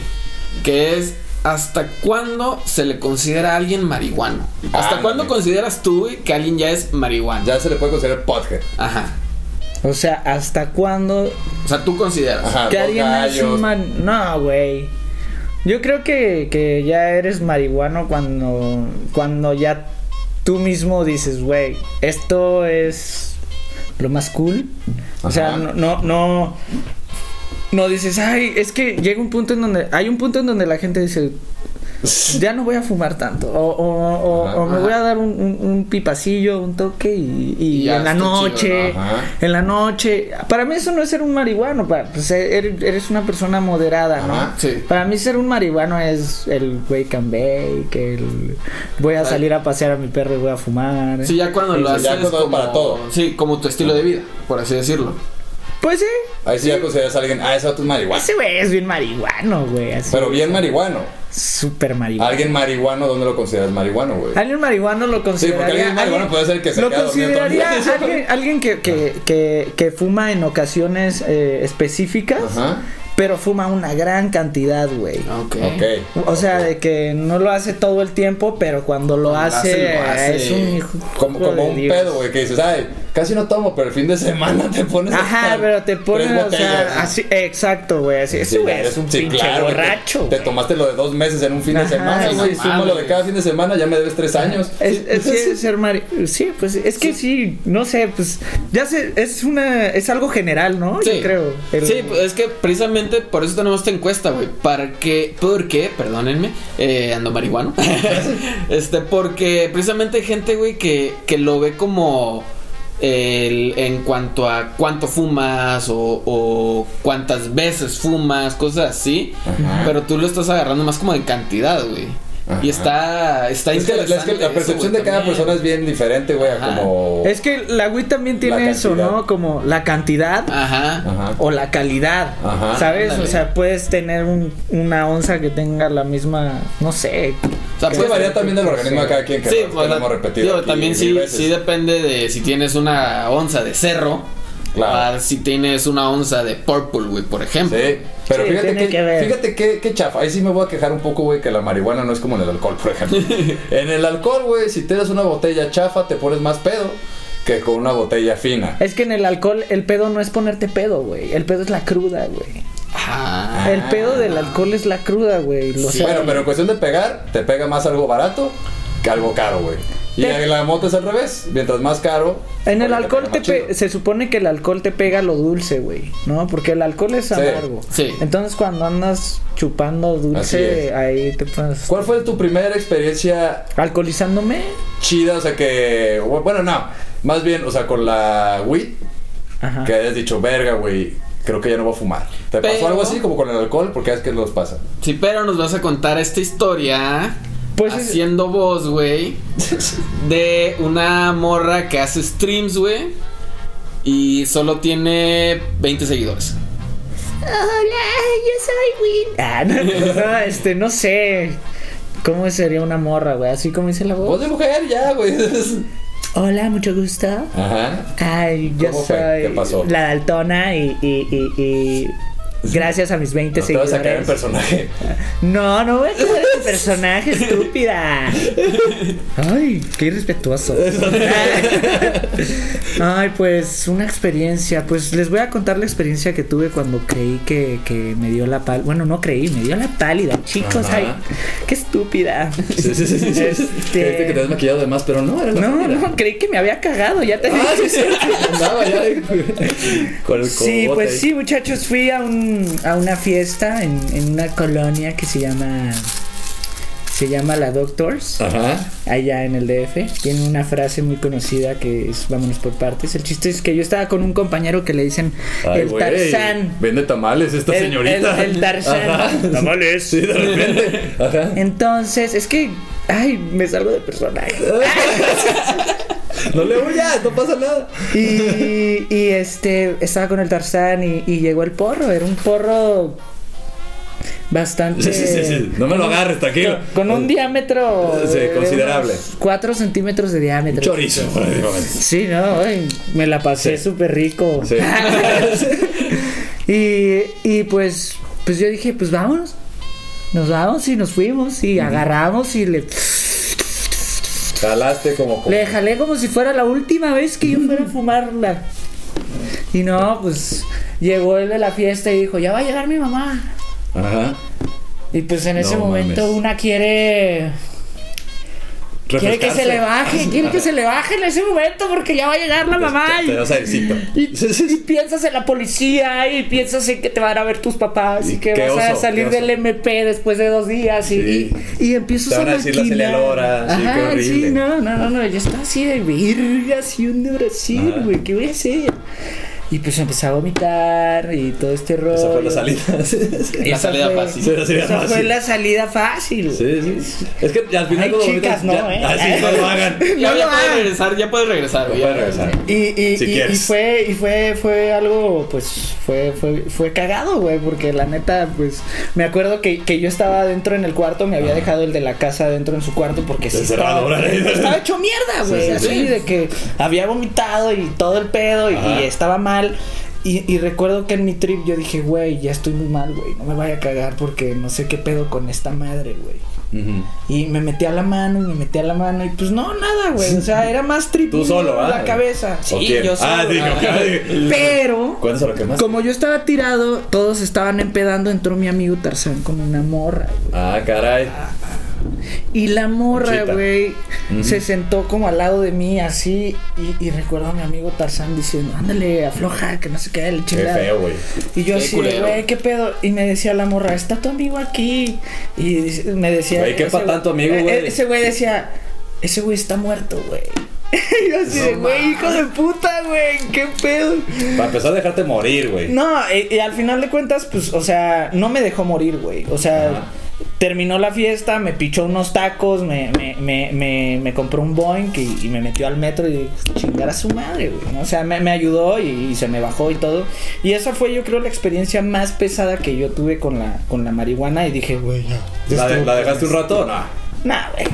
S1: Que es ¿hasta cuándo se le considera a alguien marihuano? ¿Hasta
S2: Ah,
S1: cuándo
S2: no, güey.
S1: consideras tú, güey, que alguien ya es marihuano?
S2: Ya se le puede considerar podcast.
S1: Ajá.
S6: O sea, ¿hasta cuándo
S1: O sea, tú consideras.
S2: Ajá,
S6: que
S2: dos
S6: alguien es
S2: gallos.
S6: un man- No, güey. Yo creo que, que ya eres marihuano cuando, cuando ya tú mismo dices, güey, esto es lo más cool. O sea,
S2: Ajá.
S6: no, no, no, no dices, ay, es que llega un punto en donde, hay un punto en donde la gente dice, ya no voy a fumar tanto. O, o- o-
S2: Ajá,
S6: o me
S1: ajá.
S6: voy a dar un, un- un pipacillo, un toque y, y
S1: Y ya
S6: en la
S1: está chido, ¿no?
S6: noche.
S2: Ajá.
S6: En la noche. Para mí eso no es ser un marihuano. Para, pues, er- eres una persona moderada, ¿no?
S2: Ajá,
S1: sí.
S6: Para mí ser un marihuano es el wake and bake, el voy a salir a pasear a mi perro y voy a fumar.
S1: Sí, ya cuando lo
S2: Ya
S1: haces
S2: cuando
S1: como,
S2: para todo.
S1: Sí, como tu estilo de vida, por así decirlo.
S6: Pues sí.
S2: Ahí sí ya consideras a alguien, ah, ese vato es marihuana.
S6: Ese güey es bien marihuano, güey. Así.
S2: Pero bien marihuano.
S6: Súper marihuano.
S2: Alguien marihuano, ¿dónde lo consideras marihuano, güey?
S6: Alguien marihuano lo consideraría.
S2: alguien marihuano puede ser que se
S6: Lo
S2: queda dormido todo el
S6: consideraría
S2: día.
S6: alguien, alguien que, que, que, que fuma en ocasiones eh, específicas,
S2: Ajá.
S6: pero fuma una gran cantidad, güey.
S1: Ok.
S2: Ok.
S6: O sea, de que no lo hace todo el tiempo, pero cuando lo,
S1: Cuando lo
S6: hace,
S1: hace, lo hace.
S6: es un hijo.
S2: Como,
S6: hijo
S2: como
S6: de
S2: un
S6: Dios.
S2: pedo, güey, que dices, ay, casi no tomo, pero el fin de semana te pones.
S6: Ajá,
S2: hasta
S6: pero te pones,
S2: tres
S6: o sea,
S2: botellas, ¿no?
S6: así, exacto, güey, así, ese
S2: Sí,
S6: güey
S2: eres
S6: es un
S2: sí,
S6: pinche
S2: claro, güey, te-
S6: borracho.
S2: Te,
S6: güey.
S2: tomaste lo de dos meses en un fin de
S6: Ajá,
S2: semana,
S6: sí,
S2: güey.
S1: no
S2: Suma lo de
S1: mames.
S2: cada fin de semana, ya me debes tres años.
S6: Es, es- sí, es ser mari- sí, pues es que sí. no sé, pues ya sé, es una es algo general, ¿no? Yo creo. el-
S1: Sí, pues, es que precisamente por eso tenemos esta encuesta, güey. Para que, porque, perdónenme, eh, ando marihuano. este, porque precisamente hay gente, güey, que, que lo ve como el, en cuanto a cuánto fumas o, o cuántas veces fumas, cosas así.
S2: Ajá.
S1: Pero tú lo estás agarrando más como de cantidad, güey.
S2: Ajá.
S1: Y está, está
S2: Es que la, es que la
S1: interesante. eso,
S2: percepción
S1: güey,
S2: de cada
S1: también.
S2: persona es bien diferente, güey, a
S1: Ajá.
S2: como.
S6: es que la Wii también tiene
S2: La
S6: eso,
S2: cantidad.
S6: ¿no? Como la cantidad
S1: Ajá.
S2: Ajá.
S6: o la calidad,
S2: Ajá,
S6: ¿sabes?
S1: ándale.
S6: O sea, puedes tener un- una onza que tenga la misma, no sé.
S1: O sea,
S2: Es que
S1: puede-
S2: varía también del organismo de cada quien, que
S1: Sí,
S2: lo-
S1: pues,
S2: que lo hemos
S1: la-
S2: repetido.
S1: digo,
S2: aquí
S1: también
S2: mil
S1: sí,
S2: veces.
S1: sí depende de si tienes una onza de cerro.
S2: Claro.
S1: O si tienes una onza de purple, güey, por ejemplo.
S2: Sí, pero
S6: Sí,
S2: fíjate
S6: tiene
S2: que,
S6: que ver.
S2: fíjate que, que chafa. Ahí sí me voy a quejar un poco, güey, que la marihuana no es como en el alcohol, por ejemplo. en el alcohol, güey, si te das una botella chafa, te pones más pedo que con una botella fina.
S6: Es que en el alcohol el pedo no es ponerte pedo, güey. El pedo es la cruda, güey.
S1: Ajá.
S2: Ah.
S6: El pedo del alcohol es la cruda, güey. Lo sé.
S2: Bueno, pero en cuestión de pegar, te pega más algo barato que algo caro, güey. Y
S6: Te-
S2: en la moto es al revés. Mientras más caro. pues,
S6: En el
S2: pega
S6: alcohol te
S2: más
S6: pe-
S2: chido.
S6: se supone que el alcohol te pega lo dulce, güey, ¿no? Porque el alcohol es
S2: Sí.
S6: amargo.
S1: Sí.
S6: Entonces cuando andas chupando
S2: Así
S6: dulce,
S2: es.
S6: ahí te pones...
S2: ¿Cuál fue tu primera experiencia
S6: ¿Alcoholizándome?
S2: chida? O sea, que. Bueno, no. Más bien, o sea, con la weed,
S6: Ajá.
S2: que hayas dicho, verga, güey, creo que ya no voy a fumar. ¿Te pasó
S1: Pero-
S2: algo así como con el alcohol? Porque es que nos pasa.
S1: Sí, pero nos vas a contar esta historia.
S6: Pues es-
S1: haciendo voz, güey. de una morra que hace streams, güey. Y solo tiene 20 seguidores.
S6: Ah, no, no, este, no sé. ¿Cómo sería una morra, güey? Así como dice la
S2: Voz
S6: voz.
S2: de mujer, ya, güey.
S6: Hola, mucho gusto.
S2: Ajá.
S6: Ay, yo
S2: ¿Cómo fue?
S6: soy
S2: ¿Qué pasó?
S6: la daltona y, y, y, y gracias a mis 20
S2: No te vas a caer en
S6: seguidores.
S2: personaje.
S6: No, no voy a comer a tu personaje, estúpida. Ay, qué irrespetuoso. Ay, pues una experiencia. Pues les voy a contar la experiencia que tuve cuando creí que, que me dio la pálida. Bueno, no creí, me dio la pálida. Chicos,
S2: Ajá.
S6: ay, qué estúpida.
S2: Sí, sí, sí. sí, sí.
S6: Este-
S2: Creíste que te habías maquillado de más, pero no, era la
S6: No,
S2: pálida.
S6: no, creí que me había cagado, ya te
S2: Ah, sí, es cierto. Andaba ya de- con el
S6: Sí,
S2: cogote ahí.
S6: pues sí, muchachos, fui a, un, a una fiesta en, en una colonia que se llama se llama La Doctors,
S2: Ajá.
S6: allá en el DF. Tiene una frase muy conocida que es vámonos por partes. El chiste es que yo estaba con un compañero que le dicen
S2: Ay,
S6: el
S2: güey,
S6: Tarzán.
S2: Vende tamales esta
S6: El-
S2: señorita.
S6: el- el Tarzán.
S2: Tamales. Sí, de repente. Ajá.
S6: Entonces, es que ay, me salgo de personaje.
S2: No le huyas, no pasa nada.
S6: Y, y, este, estaba con el Tarzán y, y llegó el porro. Era un porro bastante.
S2: Sí, sí, sí, sí. No me lo agarres, tranquilo.
S6: Con, con un diámetro.
S2: Sí,
S6: de
S2: considerable.
S6: unos Cuatro centímetros de diámetro.
S2: Chorizo, prácticamente.
S6: Sí, no, ay, me la pasé
S2: Sí.
S6: súper rico.
S2: Sí.
S6: y, y pues, pues yo dije, pues vámonos. Nos vamos y nos fuimos y agarramos y le,
S2: Jalaste como. como-
S6: le jalé como si fuera la última vez que yo fuera a fumarla. Y no, pues llegó el de la fiesta y dijo, ya va a llegar mi mamá.
S2: Ajá.
S6: Y pues en ese
S2: No
S6: momento
S2: mames.
S6: una quiere Quiere que se le baje, quiere que se le baje en ese momento porque ya va a llegar la mamá.
S2: Pues, Te, te vas
S6: Y,
S2: a decir.
S6: y- y piensas en la policía y piensas en que te van a ver tus papás y,
S2: Y
S6: que
S2: qué
S6: vas a
S2: oso,
S6: salir
S2: qué oso.
S6: del MP después de dos días y,
S2: Sí.
S6: y, y empiezas
S2: Te van a decir la Celia
S6: maquinar.
S2: Lora, sí, qué
S6: Ajá,
S2: horrible.
S6: sí, no, no, no, no, yo estaba así de virga, así un de Brasil,
S2: Ajá.
S6: güey, ¿qué voy a hacer? Y pues empecé a vomitar y todo este rollo.
S2: Esa fue la salida. Sí,
S1: La
S6: Esa
S1: salida
S6: fue-
S1: fácil.
S2: la salida
S6: Esa fue
S2: fácil.
S6: la salida fácil.
S2: Sí, sí. Es que al final
S6: Ay,
S2: cuando vomitas,
S6: chicas, no,
S2: ya-
S6: ¿eh?
S2: Así no lo hagan. No
S1: Ya,
S6: No
S1: ya
S6: lo
S1: puedes
S6: hagan.
S1: regresar, ya puedes regresar, güey, ya
S2: puedes regresar.
S6: Y, y,
S2: Si
S6: y- y
S2: quieres.
S6: fue y fue fue algo pues fue fue fue cagado güey porque la neta pues me acuerdo que, que yo estaba adentro en el cuarto me había dejado el de la casa adentro en su cuarto porque sí estaba,
S2: Ah. Encerrado, ¿verdad?
S6: estaba hecho mierda güey
S2: sí,
S6: así
S2: sí.
S6: de que había vomitado y todo el pedo y,
S2: Ajá.
S6: y estaba mal y, y recuerdo que en mi trip yo dije güey ya estoy muy mal güey no me vaya a cagar porque no sé qué pedo con esta madre güey
S2: Ujú.
S6: y me metí a la mano y me metí a la mano y pues no, nada, güey. O sea, era más trip
S2: Tú solo,
S6: en
S2: ¿ah?
S6: la cabeza.
S2: ¿O
S6: Sí,
S2: quién?
S6: yo solo.
S2: Ah, digo, ah, digo.
S6: Pero,
S2: ¿Cuántas horas que más?
S6: como yo estaba tirado, todos estaban empedando, entró mi amigo Tarzán con una morra. güey.
S2: Ah, caray.
S6: Y la morra,
S2: Conchita.
S6: güey,
S2: Ujú.
S6: se sentó como al lado de mí, así. Y, y recuerdo a mi amigo Tarzán diciendo, ándale, afloja, que no se quede el
S2: Qué
S6: chingada.
S2: feo, güey.
S6: Y yo
S1: Qué
S6: así, de,
S1: culero.
S6: güey, qué pedo. Y me decía la morra, está tu amigo aquí. Y dice- me decía.
S2: Güey, qué
S6: ese
S2: pa' tanto amigo,
S6: eh,
S2: güey.
S6: Ese güey decía, ese güey está muerto, güey. Y yo así, de, güey, hijo de puta, güey, qué pedo.
S2: Para empezar a dejarte morir, güey.
S6: No, eh, y, y al final de cuentas, pues, o sea, no me dejó morir, güey. O sea.
S2: Ajá.
S6: Terminó la fiesta, me pichó unos tacos, me, me, me, me, me compró un Boeing y, y me metió al metro y chingar a su madre, güey. ¿no? O sea, me, me ayudó y, y se me bajó y todo. Y esa fue, yo creo, la experiencia más pesada que yo tuve con la, con la marihuana. Y dije, güey, ya.
S2: ¿La, de- la dejaste un rato? No.
S6: Nah, güey.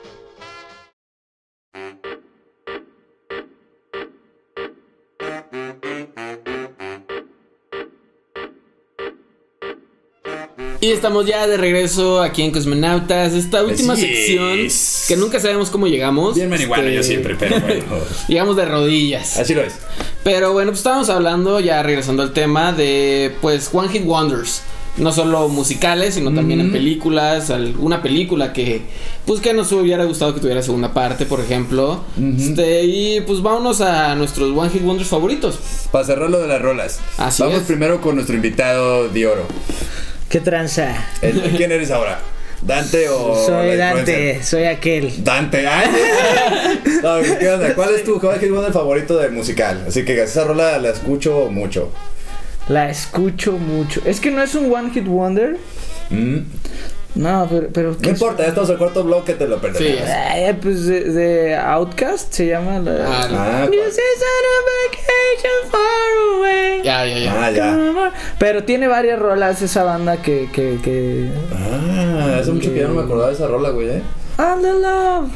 S1: Y estamos ya de regreso aquí en Cosmonautas. Esta última
S9: Así
S1: sección
S9: es.
S1: que nunca sabemos cómo llegamos.
S9: Bien marihuana
S1: Este,
S9: yo siempre, pero bueno.
S1: Llegamos de rodillas.
S9: Así lo es.
S1: Pero bueno, pues estábamos hablando, ya regresando al tema, de pues One Hit Wonders. No solo musicales, sino también en películas. Alguna película que, pues que nos hubiera gustado que tuviera segunda parte, por ejemplo. Este, y pues vámonos a nuestros One Hit Wonders favoritos.
S2: Para cerrar lo de las rolas,
S1: Así
S2: vamos
S1: es.
S2: primero con nuestro invitado de oro.
S6: ¿Qué tranza?
S2: El- ¿Quién eres ahora? ¿Dante o.?
S6: soy
S2: la influencer?
S6: Dante, soy aquel.
S2: Dante, ay. No, ¿qué onda? ¿Cuál es tu Wonder favorito de musical? Así que esa rola la escucho mucho.
S6: La escucho mucho. Es que no es un One Hit Wonder.
S2: Mm.
S6: No, pero. pero ¿qué
S2: No
S6: es?
S2: importa, ya estamos al cuarto bloque, te lo
S1: Sí.
S2: perdonas.
S6: Ay, pues de, de Outcast se llama la.
S1: Ah,
S2: Ah, cu-
S6: This is on a vacation far away.
S1: ya, ya, ya.
S2: ah, ya.
S6: Pero tiene varias rolas esa banda que. que, que...
S2: Ah, hace mucho que ya no me acordaba de esa rola, güey, eh.
S6: I'm the love.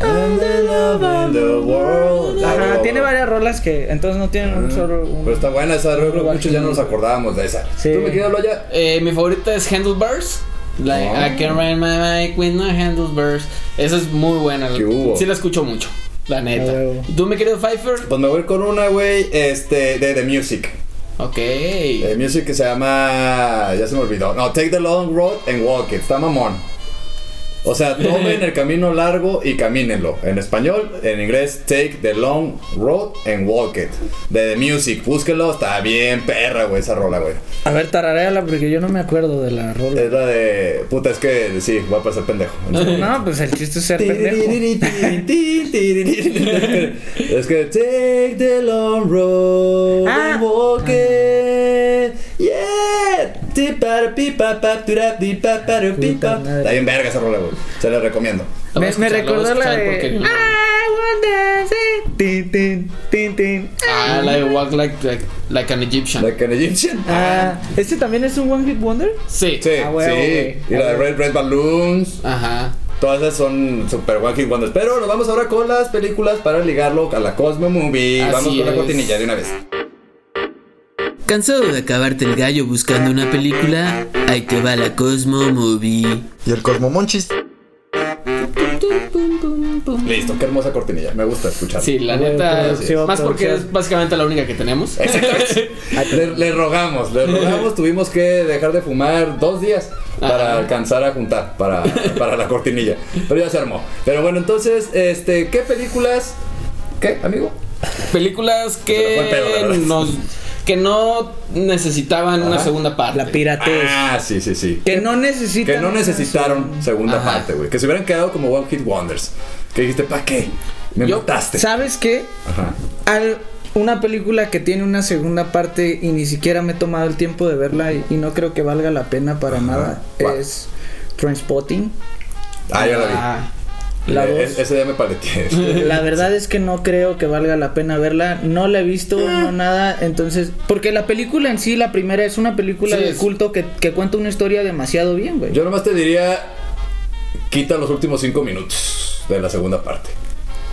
S6: I'm the love. I'm the world. Ajá, tiene varias rolas que. Entonces no tienen un solo. un-
S2: Pero Ah, pues está buena esa rola, creo que muchos ya no nos acordábamos de esa.
S6: Sí.
S2: ¿Tú me quieres hablar ya?
S1: Eh, mi favorita es Handlebars. Like,
S6: Ah.
S1: I can ride my bike with no handlebars. Esa es muy buena.
S2: ¿Qué hubo?
S1: Sí la escucho mucho, la neta.
S6: A Ah, huevo.
S1: ¿Tú, mi querido Pfeiffer?
S2: Pues me voy con una, güey, este, de The Music.
S1: Ok.
S6: Eh,
S2: The Music que se llama. Ya se me olvidó. No, Take the Long Road and Walk It. Está mamón. O sea, tomen el camino largo y camínenlo. En español, en inglés, Take the Long Road and Walk It. De The Music, búsquenlo. Está bien perra, güey, esa rola, güey.
S6: A ver, tararéala porque yo no me acuerdo de la rola.
S2: Es la de. Puta, es que sí, voy a pasar pendejo.
S6: No, pues el chiste es ser pendejo.
S2: es que take the long road
S6: Ah.
S2: and walk it. Yeah. Ti, para, pi, pa, pa, tura, pi, pa, para, pi, pa. Está bien verga esa rola, güey. Se la recomiendo.
S1: La voy a
S6: Me, me
S1: escuchar, voy a
S6: recordó la
S1: escuchar
S6: de. ¡Ah! I
S1: porque-
S6: wanna see- tin, tin, tin, tin.
S1: Ah, la de Walk Like, like, like an Egyptian.
S2: Like an Egyptian.
S6: Ah, ¿este también es un One Hit Wonder?
S1: Sí.
S2: Sí,
S6: Ah, huevo,
S2: sí.
S6: güey.
S2: Y la de Red Red Balloons.
S1: Ajá.
S2: Todas esas son super wacky wonders. Pero nos vamos ahora con las películas para ligarlo a la Cosmo Movie.
S1: Así
S2: vamos con la
S1: es.
S2: cortinilla de una vez.
S9: ¿Cansado de acabarte el gallo buscando una película? Ahí te va la Cosmo Movie.
S10: Y el Cosmomonchis.
S2: Listo, qué hermosa cortinilla. Me gusta escucharla.
S1: Sí, la
S6: Güey,
S1: neta.
S6: producción,
S1: Más porque
S6: producción.
S1: es básicamente la única que tenemos.
S2: Exactamente. le, le rogamos, le rogamos, tuvimos que dejar de fumar dos días para alcanzar a juntar para, para la cortinilla. Pero ya se armó. Pero bueno, entonces, este, ¿qué películas? ¿Qué, amigo?
S1: Películas
S2: Se
S1: que
S2: le fue el pedo, la verdad.
S1: nos que no necesitaban una
S2: Ajá.
S1: segunda parte.
S6: La piratez.
S2: Ah, sí, sí, sí.
S6: Pues, que no necesitan.
S2: Que no necesitaron segunda
S1: Ajá.
S2: parte, güey. Que se hubieran quedado como One Hit Wonders. Que dijiste, ¿para qué? Me
S1: Yo-
S2: mataste.
S6: ¿Sabes qué?
S2: Ajá.
S6: Al- una película que tiene una segunda parte y ni siquiera me he tomado el tiempo de verla y, y no creo que valga la pena para nada
S2: ¿Cuál?
S6: es Transpotting.
S2: Ah, ya la vi.
S1: Ah,
S6: La
S2: Eh,
S6: dos.
S2: es- ese día me paleteé.
S6: La verdad es que no creo que valga la pena verla. No la he visto,
S2: Ah.
S6: no nada. Entonces, porque la película en sí, la primera, es una película
S1: Sí,
S6: de
S1: es-
S6: culto que, que cuenta una historia demasiado bien, güey.
S2: Yo nomás te diría, quita los últimos cinco minutos de la segunda parte.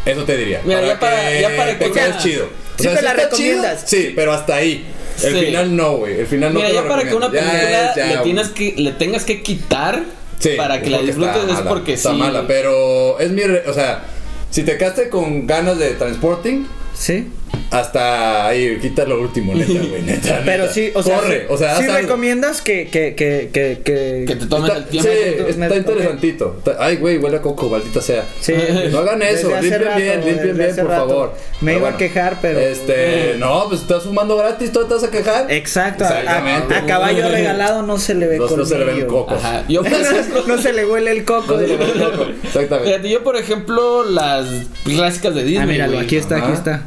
S2: Eso te diría.
S1: Mira, ya para- ya para
S2: te
S1: que-
S2: quedes chido.
S6: Sí me la
S2: está chido,
S6: recomiendas.
S2: sí, pero hasta ahí. El
S1: Sí.
S2: final no, güey. El final no
S1: Mira,
S2: te lo
S1: ya para que una
S2: recomiendo. Ya
S1: película
S2: es, ya,
S1: le
S2: güey.
S1: tienes que le tengas que quitar
S2: Sí,
S1: para
S2: es
S1: que la
S2: porque
S1: disfrutes
S2: está
S1: es
S2: mala,
S1: porque
S2: está
S1: sí.
S2: mala, pero es mi, re- o sea, si te quedaste con ganas de transporting
S6: Sí.
S2: hasta ahí quita lo último, neta, güey, neta,
S6: Pero
S2: neta.
S6: sí, o sea,
S2: corre, o sea,
S6: sí
S2: haz algo.
S6: recomiendas que, que, que, que, que-
S1: que te tomen
S2: Está-
S1: el tiempo.
S2: Sí,
S6: Neta,
S2: está
S6: neta,
S2: interesantito. Está- Ay, güey, huele a coco, maldita sea.
S6: Sí.
S2: No hagan eso,
S6: Desde hace
S2: limpien
S6: rato,
S2: bien, limpien
S6: desde
S2: bien,
S6: hace
S2: por
S6: rato.
S2: favor.
S6: Me
S2: Pero
S6: iba a quejar, pero- eh.
S2: Este, no, pues estás fumando gratis, tú te vas a quejar.
S6: Exacto. a- A,
S2: Exactamente.
S6: a caballo regalado no se le ve
S2: No, no se le ven
S6: colmillo.
S2: cocos.
S1: Ajá. Yo por ejemplo,
S6: no se le huele el coco. Ah,
S2: No se le ven cocos. Exactamente.
S1: fíjate, yo por ejemplo las clásicas de Disney.
S6: Ah, míralo,
S1: güey.
S6: aquí está,
S2: Ajá.
S6: aquí está.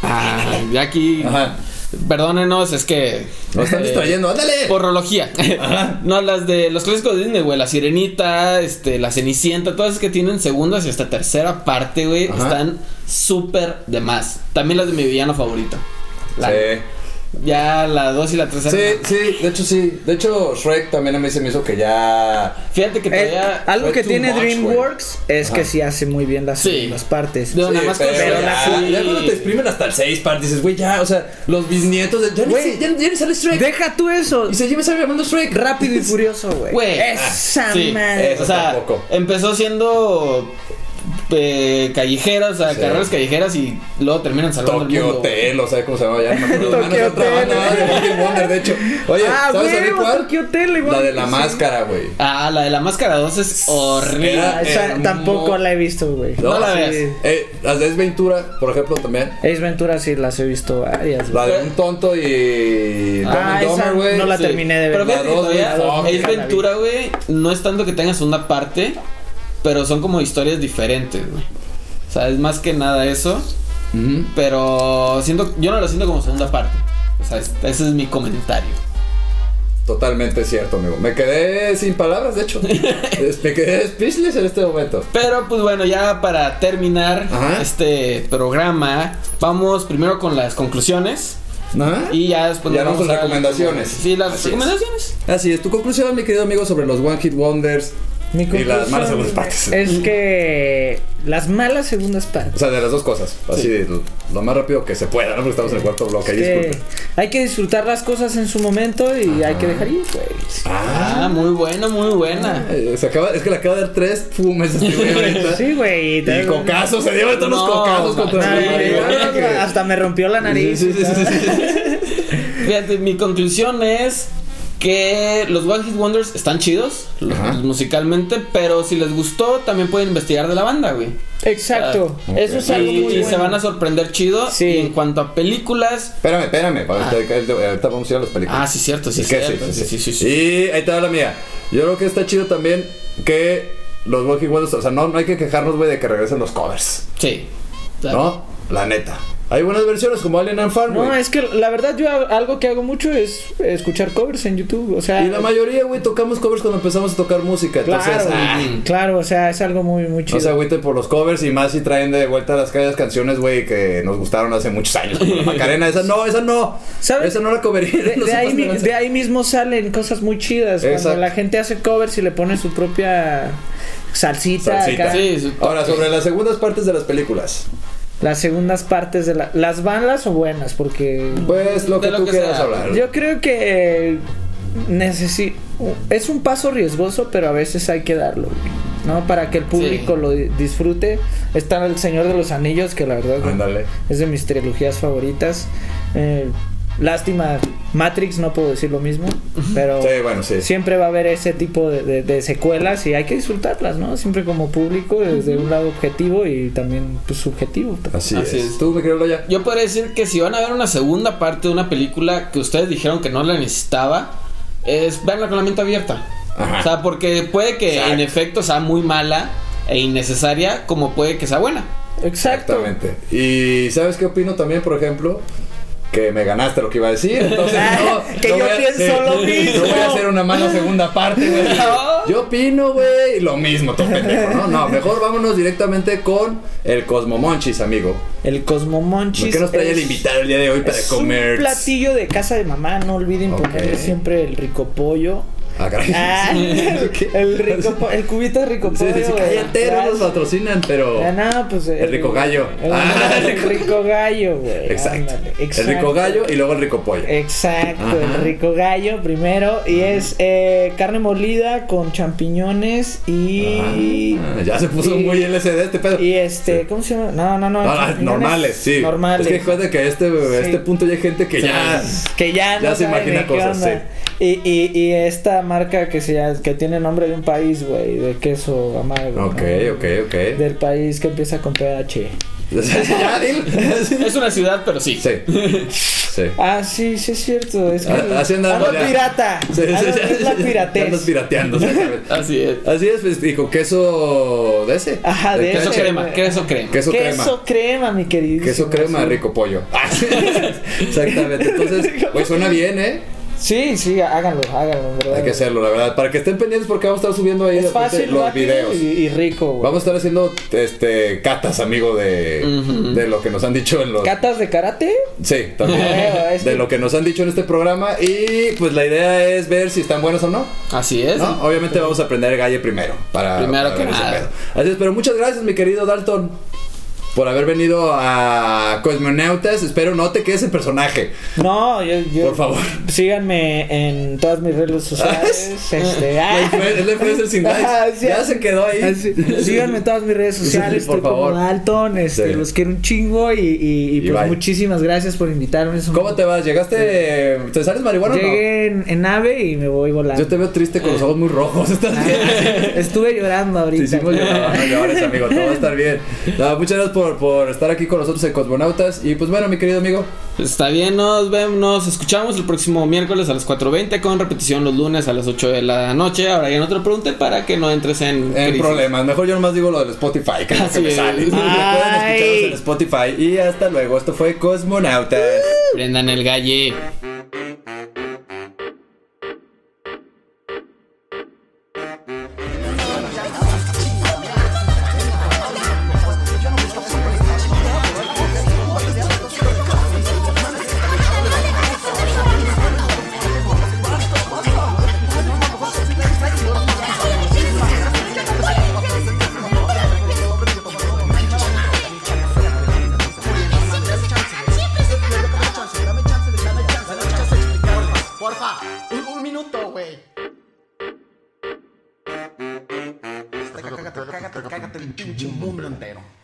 S1: Ah, ya aquí.
S2: Ajá.
S1: Perdónenos, es que
S2: Nos están
S1: eh,
S2: distrayendo, ándale.
S1: Porrología. No, las de los clásicos de Disney, güey. La Sirenita, este, la Cenicienta, todas esas que tienen segundas y hasta tercera parte, güey,
S2: Ajá.
S1: están súper de más. También las de mi villano favorito. La-
S2: Sí.
S1: Ya la dos y la tercera.
S2: Sí, sí, de hecho sí. De hecho, Shrek también a mí se me hizo que ya.
S1: Fíjate que
S6: Eh,
S1: todavía.
S6: algo
S2: fue
S6: que
S2: too
S6: tiene
S2: much,
S6: DreamWorks es que sí hace muy bien las
S1: Sí.
S6: segundas partes.
S1: No,
S2: Sí,
S1: nada más
S2: pero,
S1: con- pero
S2: ya,
S1: la-
S2: ya cuando te exprimen hasta el 6 par, dices, güey, ya, o sea, los bisnietos de. Ya, ni
S6: Güey.
S2: se- ya, ya ni sale Shrek.
S6: Deja tú eso.
S2: Y se lleva llamando Shrek.
S6: Rápido y furioso, güey.
S1: Güey. ah,
S6: Esa
S1: Sí.
S6: madre.
S2: Eso
S1: O sea,
S2: tampoco.
S1: empezó siendo eh, callejeras, o sea,
S2: Sí.
S1: carreras callejeras y luego terminan salvando el
S2: Tokyo
S1: mundo. güey.
S2: Hotel, o sea, ¿cómo se llama? Ya no me acuerdo.
S6: Tokyo
S2: Ah, no, es otra
S6: Hotel.
S2: banda, de Walking Wonder, de hecho. Oye,
S6: Ah,
S2: ¿sabes a mí
S6: huevo,
S2: cuál?
S6: Tokyo Hotel,
S2: La
S6: igual
S2: de
S6: que
S2: la
S6: sí.
S2: máscara, güey.
S1: Ah, la de la máscara 2 es horrible.
S2: Era-
S6: Ah, esa
S2: hermo-
S6: tampoco la he visto, güey.
S1: No la
S2: sí.
S1: veas.
S2: Eh, las de Ace Ventura, por ejemplo, también.
S6: Ace Ventura sí las he visto varias, güey.
S2: La de un tonto y.
S6: Ah,
S2: Dumb and
S6: esa
S2: Dumber, güey.
S6: no la terminé de ver.
S1: Pero fíjate
S2: La
S1: que
S2: dos,
S1: todavía
S2: güey, fuck,
S1: Ace
S6: ya la vi.
S1: Ventura, güey, no es tanto que tengas una parte, pero son como historias diferentes, güey. O sea, es más que nada eso,
S2: Ujú.
S1: pero siento, yo no lo siento como segunda parte. O sea, es- ese es mi comentario.
S2: Totalmente cierto, amigo. Me quedé sin palabras, de hecho. Es- Me quedé speechless en este momento.
S1: Pero pues bueno, ya para terminar
S2: Ajá.
S1: este programa, vamos primero con las conclusiones
S2: Ajá.
S1: y ya después
S2: Ya
S1: nos
S2: vamos
S1: vamos
S2: a
S1: a-
S2: recomendaciones.
S1: Sí, las
S2: Así es. Ah,
S1: recomendaciones.
S2: Así es, tu conclusión, mi querido amigo, sobre los One Hit Wonders.
S6: Mi
S2: Y las malas segundas partes.
S6: Es que las malas segundas partes.
S2: O sea, de las dos cosas. Así, de lo, lo más rápido que se pueda, ¿no? Porque estamos en el cuarto bloque. ahí,
S6: que
S2: disculpen.
S6: hay que disfrutar las cosas en su momento y hay que dejar ir, güey.
S1: Ah, muy buena, muy buena.
S2: Eh, se acaba, es que le acaba de dar tres fumes este güey ahorita.
S6: Sí, güey.
S2: Y cocazos, se dieron todos los
S1: No,
S2: cocazos contra
S1: no,
S2: el
S6: Ay,
S2: güey.
S6: güey, Hasta me rompió la nariz.
S2: Sí, sí, sí, sí, sí.
S1: Fíjate, mi conclusión es que los One Hit Wonders están chidos los-
S2: Ajá.
S1: musicalmente, pero si les gustó, también pueden investigar de la banda, güey.
S6: Exacto. Eso es
S1: Y,
S6: algo muy
S1: y
S6: bueno.
S1: se van a sorprender chido.
S6: Sí.
S1: Y en cuanto a películas.
S2: Espérame, espérame. Ahorita, ahorita vamos a ir a las películas.
S1: Ah, sí, cierto, sí,
S2: Es que
S1: cierto. Sí, sí, sí, sí.
S2: Y ahí te va la mía. Yo creo que está chido también que los Walking Wonders, o sea, no, no hay que quejarnos, güey, de que regresen los covers,
S1: Sí.
S2: ¿no? La neta. Hay buenas versiones como Alien and Farm,
S6: No,
S2: güey.
S6: es que la verdad yo ha- algo que hago mucho es escuchar covers en YouTube. O sea,
S2: Y la mayoría, güey, tocamos covers cuando empezamos a tocar música.
S6: claro,
S2: Entonces, ah,
S6: güey, claro, o sea, es algo muy, muy chido.
S2: no se agüiten por los covers y más si traen de vuelta a las calles canciones, güey, que nos gustaron hace muchos años. Como la Macarena, esa no, esa no.
S6: ¿Sabes?
S2: Esa no la covería.
S6: de,
S2: no
S6: de
S2: se
S6: ahí,
S2: pasen
S6: mi-
S2: lanza.
S6: de ahí mismo salen cosas muy chidas.
S2: Exacto.
S6: Cuando la gente hace covers y le pone su propia salsita,
S2: Salsita.
S6: acá.
S1: Sí, su-
S2: Ahora, sobre las segundas partes de las películas.
S6: Las segundas partes de la- las malas o buenas, porque
S2: Pues lo
S1: De
S2: que
S1: lo
S2: tú
S1: que
S2: quieras
S1: sea.
S2: hablar.
S6: yo creo que eh, necesi- es un paso riesgoso, pero a veces hay que darlo, güey, ¿no? Para que el público
S1: Sí.
S6: lo di- disfrute. Está El Señor de los Anillos, que la verdad güey,
S2: Ándale.
S6: es de mis trilogías favoritas. Eh, lástima, Matrix, no puedo decir lo mismo, pero...
S2: Sí, bueno, sí.
S6: siempre va a haber ese tipo de, de- de secuelas y hay que disfrutarlas, ¿no? Siempre como público, desde un lado objetivo y también pues, subjetivo.
S2: Así,
S1: Así
S2: es.
S1: es.
S2: Tú me quieres ya.
S1: Yo podría decir que si van a ver una segunda parte de una película que ustedes dijeron que no la necesitaba, es verla con la mente abierta. O sea, porque puede que en efecto sea muy mala e innecesaria, como puede que sea buena.
S6: Exacto.
S2: Exactamente. Y ¿sabes qué opino también, por ejemplo? Que me ganaste lo que iba a decir. Entonces, no,
S6: Que
S2: no
S6: yo
S2: voy a-
S6: pienso lo mismo.
S2: No voy a hacer una mala segunda parte, güey. Yo opino, güey, lo mismo, todo pendejo, ¿no? No, mejor vámonos directamente con el Cosmomonchis, amigo.
S6: El Cosmomonchis.
S2: ¿Qué nos trae el invitado el día de hoy para
S6: es
S2: comer?
S6: un platillo de casa de mamá, no olviden
S2: Ok.
S6: ponerle siempre el rico pollo.
S2: Ah, caray.
S6: Ah,
S2: ¿Qué?
S6: el rico po- el cubito de rico
S2: Sí,
S6: pollo.
S2: sí, sí,
S6: güey.
S2: cállate, no nos patrocinan, pero.
S6: Ah, no, pues,
S2: El rico gallo.
S6: El,
S2: Ah,
S6: el rico gallo, güey.
S2: Exacto.
S6: Ándale,
S2: El rico
S6: exacto. Eh,
S2: gallo y luego el rico pollo.
S6: Exacto,
S2: Ajá.
S6: el rico gallo primero. Y es eh, carne molida con champiñones y.
S2: Ah, ya se puso
S6: y-
S2: muy LCD este pedo.
S6: Y este, ¿cómo se llama? No, no,
S2: No,
S6: no.
S2: no,
S6: champiñones
S2: normales, sí.
S6: Ah, Normales.
S2: Es que acuérdate que a este, a este
S6: Sí.
S2: punto ya hay gente que ya.
S6: que ya,
S2: ya
S6: no
S2: se
S6: sabe
S2: imagina
S6: ni qué
S2: cosas,
S6: onda. Y, y, y esta marca que se llama- que tiene nombre de un país, güey, de queso amargo.
S2: Ok,
S6: ¿no?
S2: ok, ok.
S6: Del país que empieza con PH.
S2: ya, dile.
S1: Es una ciudad, pero sí.
S2: Sí. Sí.
S6: Ah, sí, sí es cierto. Es que
S2: Ah, así andamos
S6: Ando
S2: ya.
S6: pirata.
S2: Sí, sí,
S6: Ando-
S2: sí,
S6: es la
S2: sí,
S6: piratez.
S2: ya andas pirateando, exactamente.
S1: Así es.
S2: Así es, pues, y con queso de ese.
S6: Ajá, de
S1: Queso
S6: ese,
S1: crema,
S6: güey.
S1: queso crema.
S2: Queso crema.
S6: Queso crema, mi querido.
S2: Queso crema, rico pollo. Ah, sí. Exactamente. Entonces, güey, suena bien, ¿eh?
S6: Sí, sí, háganlo, háganlo, en verdad.
S2: Hay que hacerlo, la verdad. Para que estén pendientes porque vamos a estar subiendo ahí de
S6: Es
S2: repente
S6: fácil,
S2: los
S6: rápido
S2: videos.
S6: Y, y rico, güey.
S2: Pues, Vamos a estar haciendo este catas, amigo, de, de lo que nos han dicho en los.
S6: ¿Catas de karate?
S2: Sí, también.
S6: Eh, es
S2: de
S6: que-
S2: lo que nos han dicho en este programa. Y pues la idea es ver si están buenos o no.
S1: Así es.
S2: ¿no? Obviamente vamos a aprender galle primero. Para,
S1: Primero
S2: para
S1: que
S2: ver ese
S1: nada.
S2: pedo. Así es, pero muchas gracias, mi querido Dalton. Por haber venido a Cosmonautas, espero no te quedes el personaje.
S6: No, yo, yo-
S2: Por favor.
S6: Síganme en todas mis redes sociales. este,
S2: Ah, La
S6: ah.
S2: influen- es la influencer sin likes.
S6: Ajá, Ah, sí, Ah,
S2: ya
S6: así-
S2: se quedó ahí.
S6: así. Síganme en todas mis redes sociales,
S2: Sí, por
S6: estoy como
S2: favor.
S6: Dalton, este,
S2: Sí.
S6: los quiero un chingo y, y- y,
S2: Y
S6: pues
S2: bye.
S6: muchísimas gracias por invitarme. es un-
S2: ¿Cómo te vas? ¿Llegaste? ¿Te sales marihuana o no?
S6: Llegué en, en ave y me voy volando. Ah,
S2: Yo te veo triste con los ojos muy rojos.
S1: Ah,
S2: ¿Estás bien?
S6: Estuve llorando
S2: Te
S6: ahorita.
S2: hicimos llorar, no llores, amigo. Todo va a estar bien. No, muchas gracias por, por estar aquí con nosotros en Cosmonautas. Y pues bueno, mi querido amigo.
S1: Está bien, nos vemos, nos escuchamos el próximo miércoles a las 4.20 con repetición los lunes a las 8 de la noche. Ahora ya no te lo pregunte para que no entres en,
S2: En
S1: crisis.
S2: problemas. Mejor yo nomás digo lo del Spotify, que es lo que
S1: Así
S2: me
S1: es.
S2: sale. Recuerden escucharnos en Spotify. Y hasta luego. Esto fue Cosmonautas.
S1: Prendan el galle.
S11: Thank
S4: porfa. Un, un minuto, güey. Cágate, cágate, cágate el pinche mundo entero.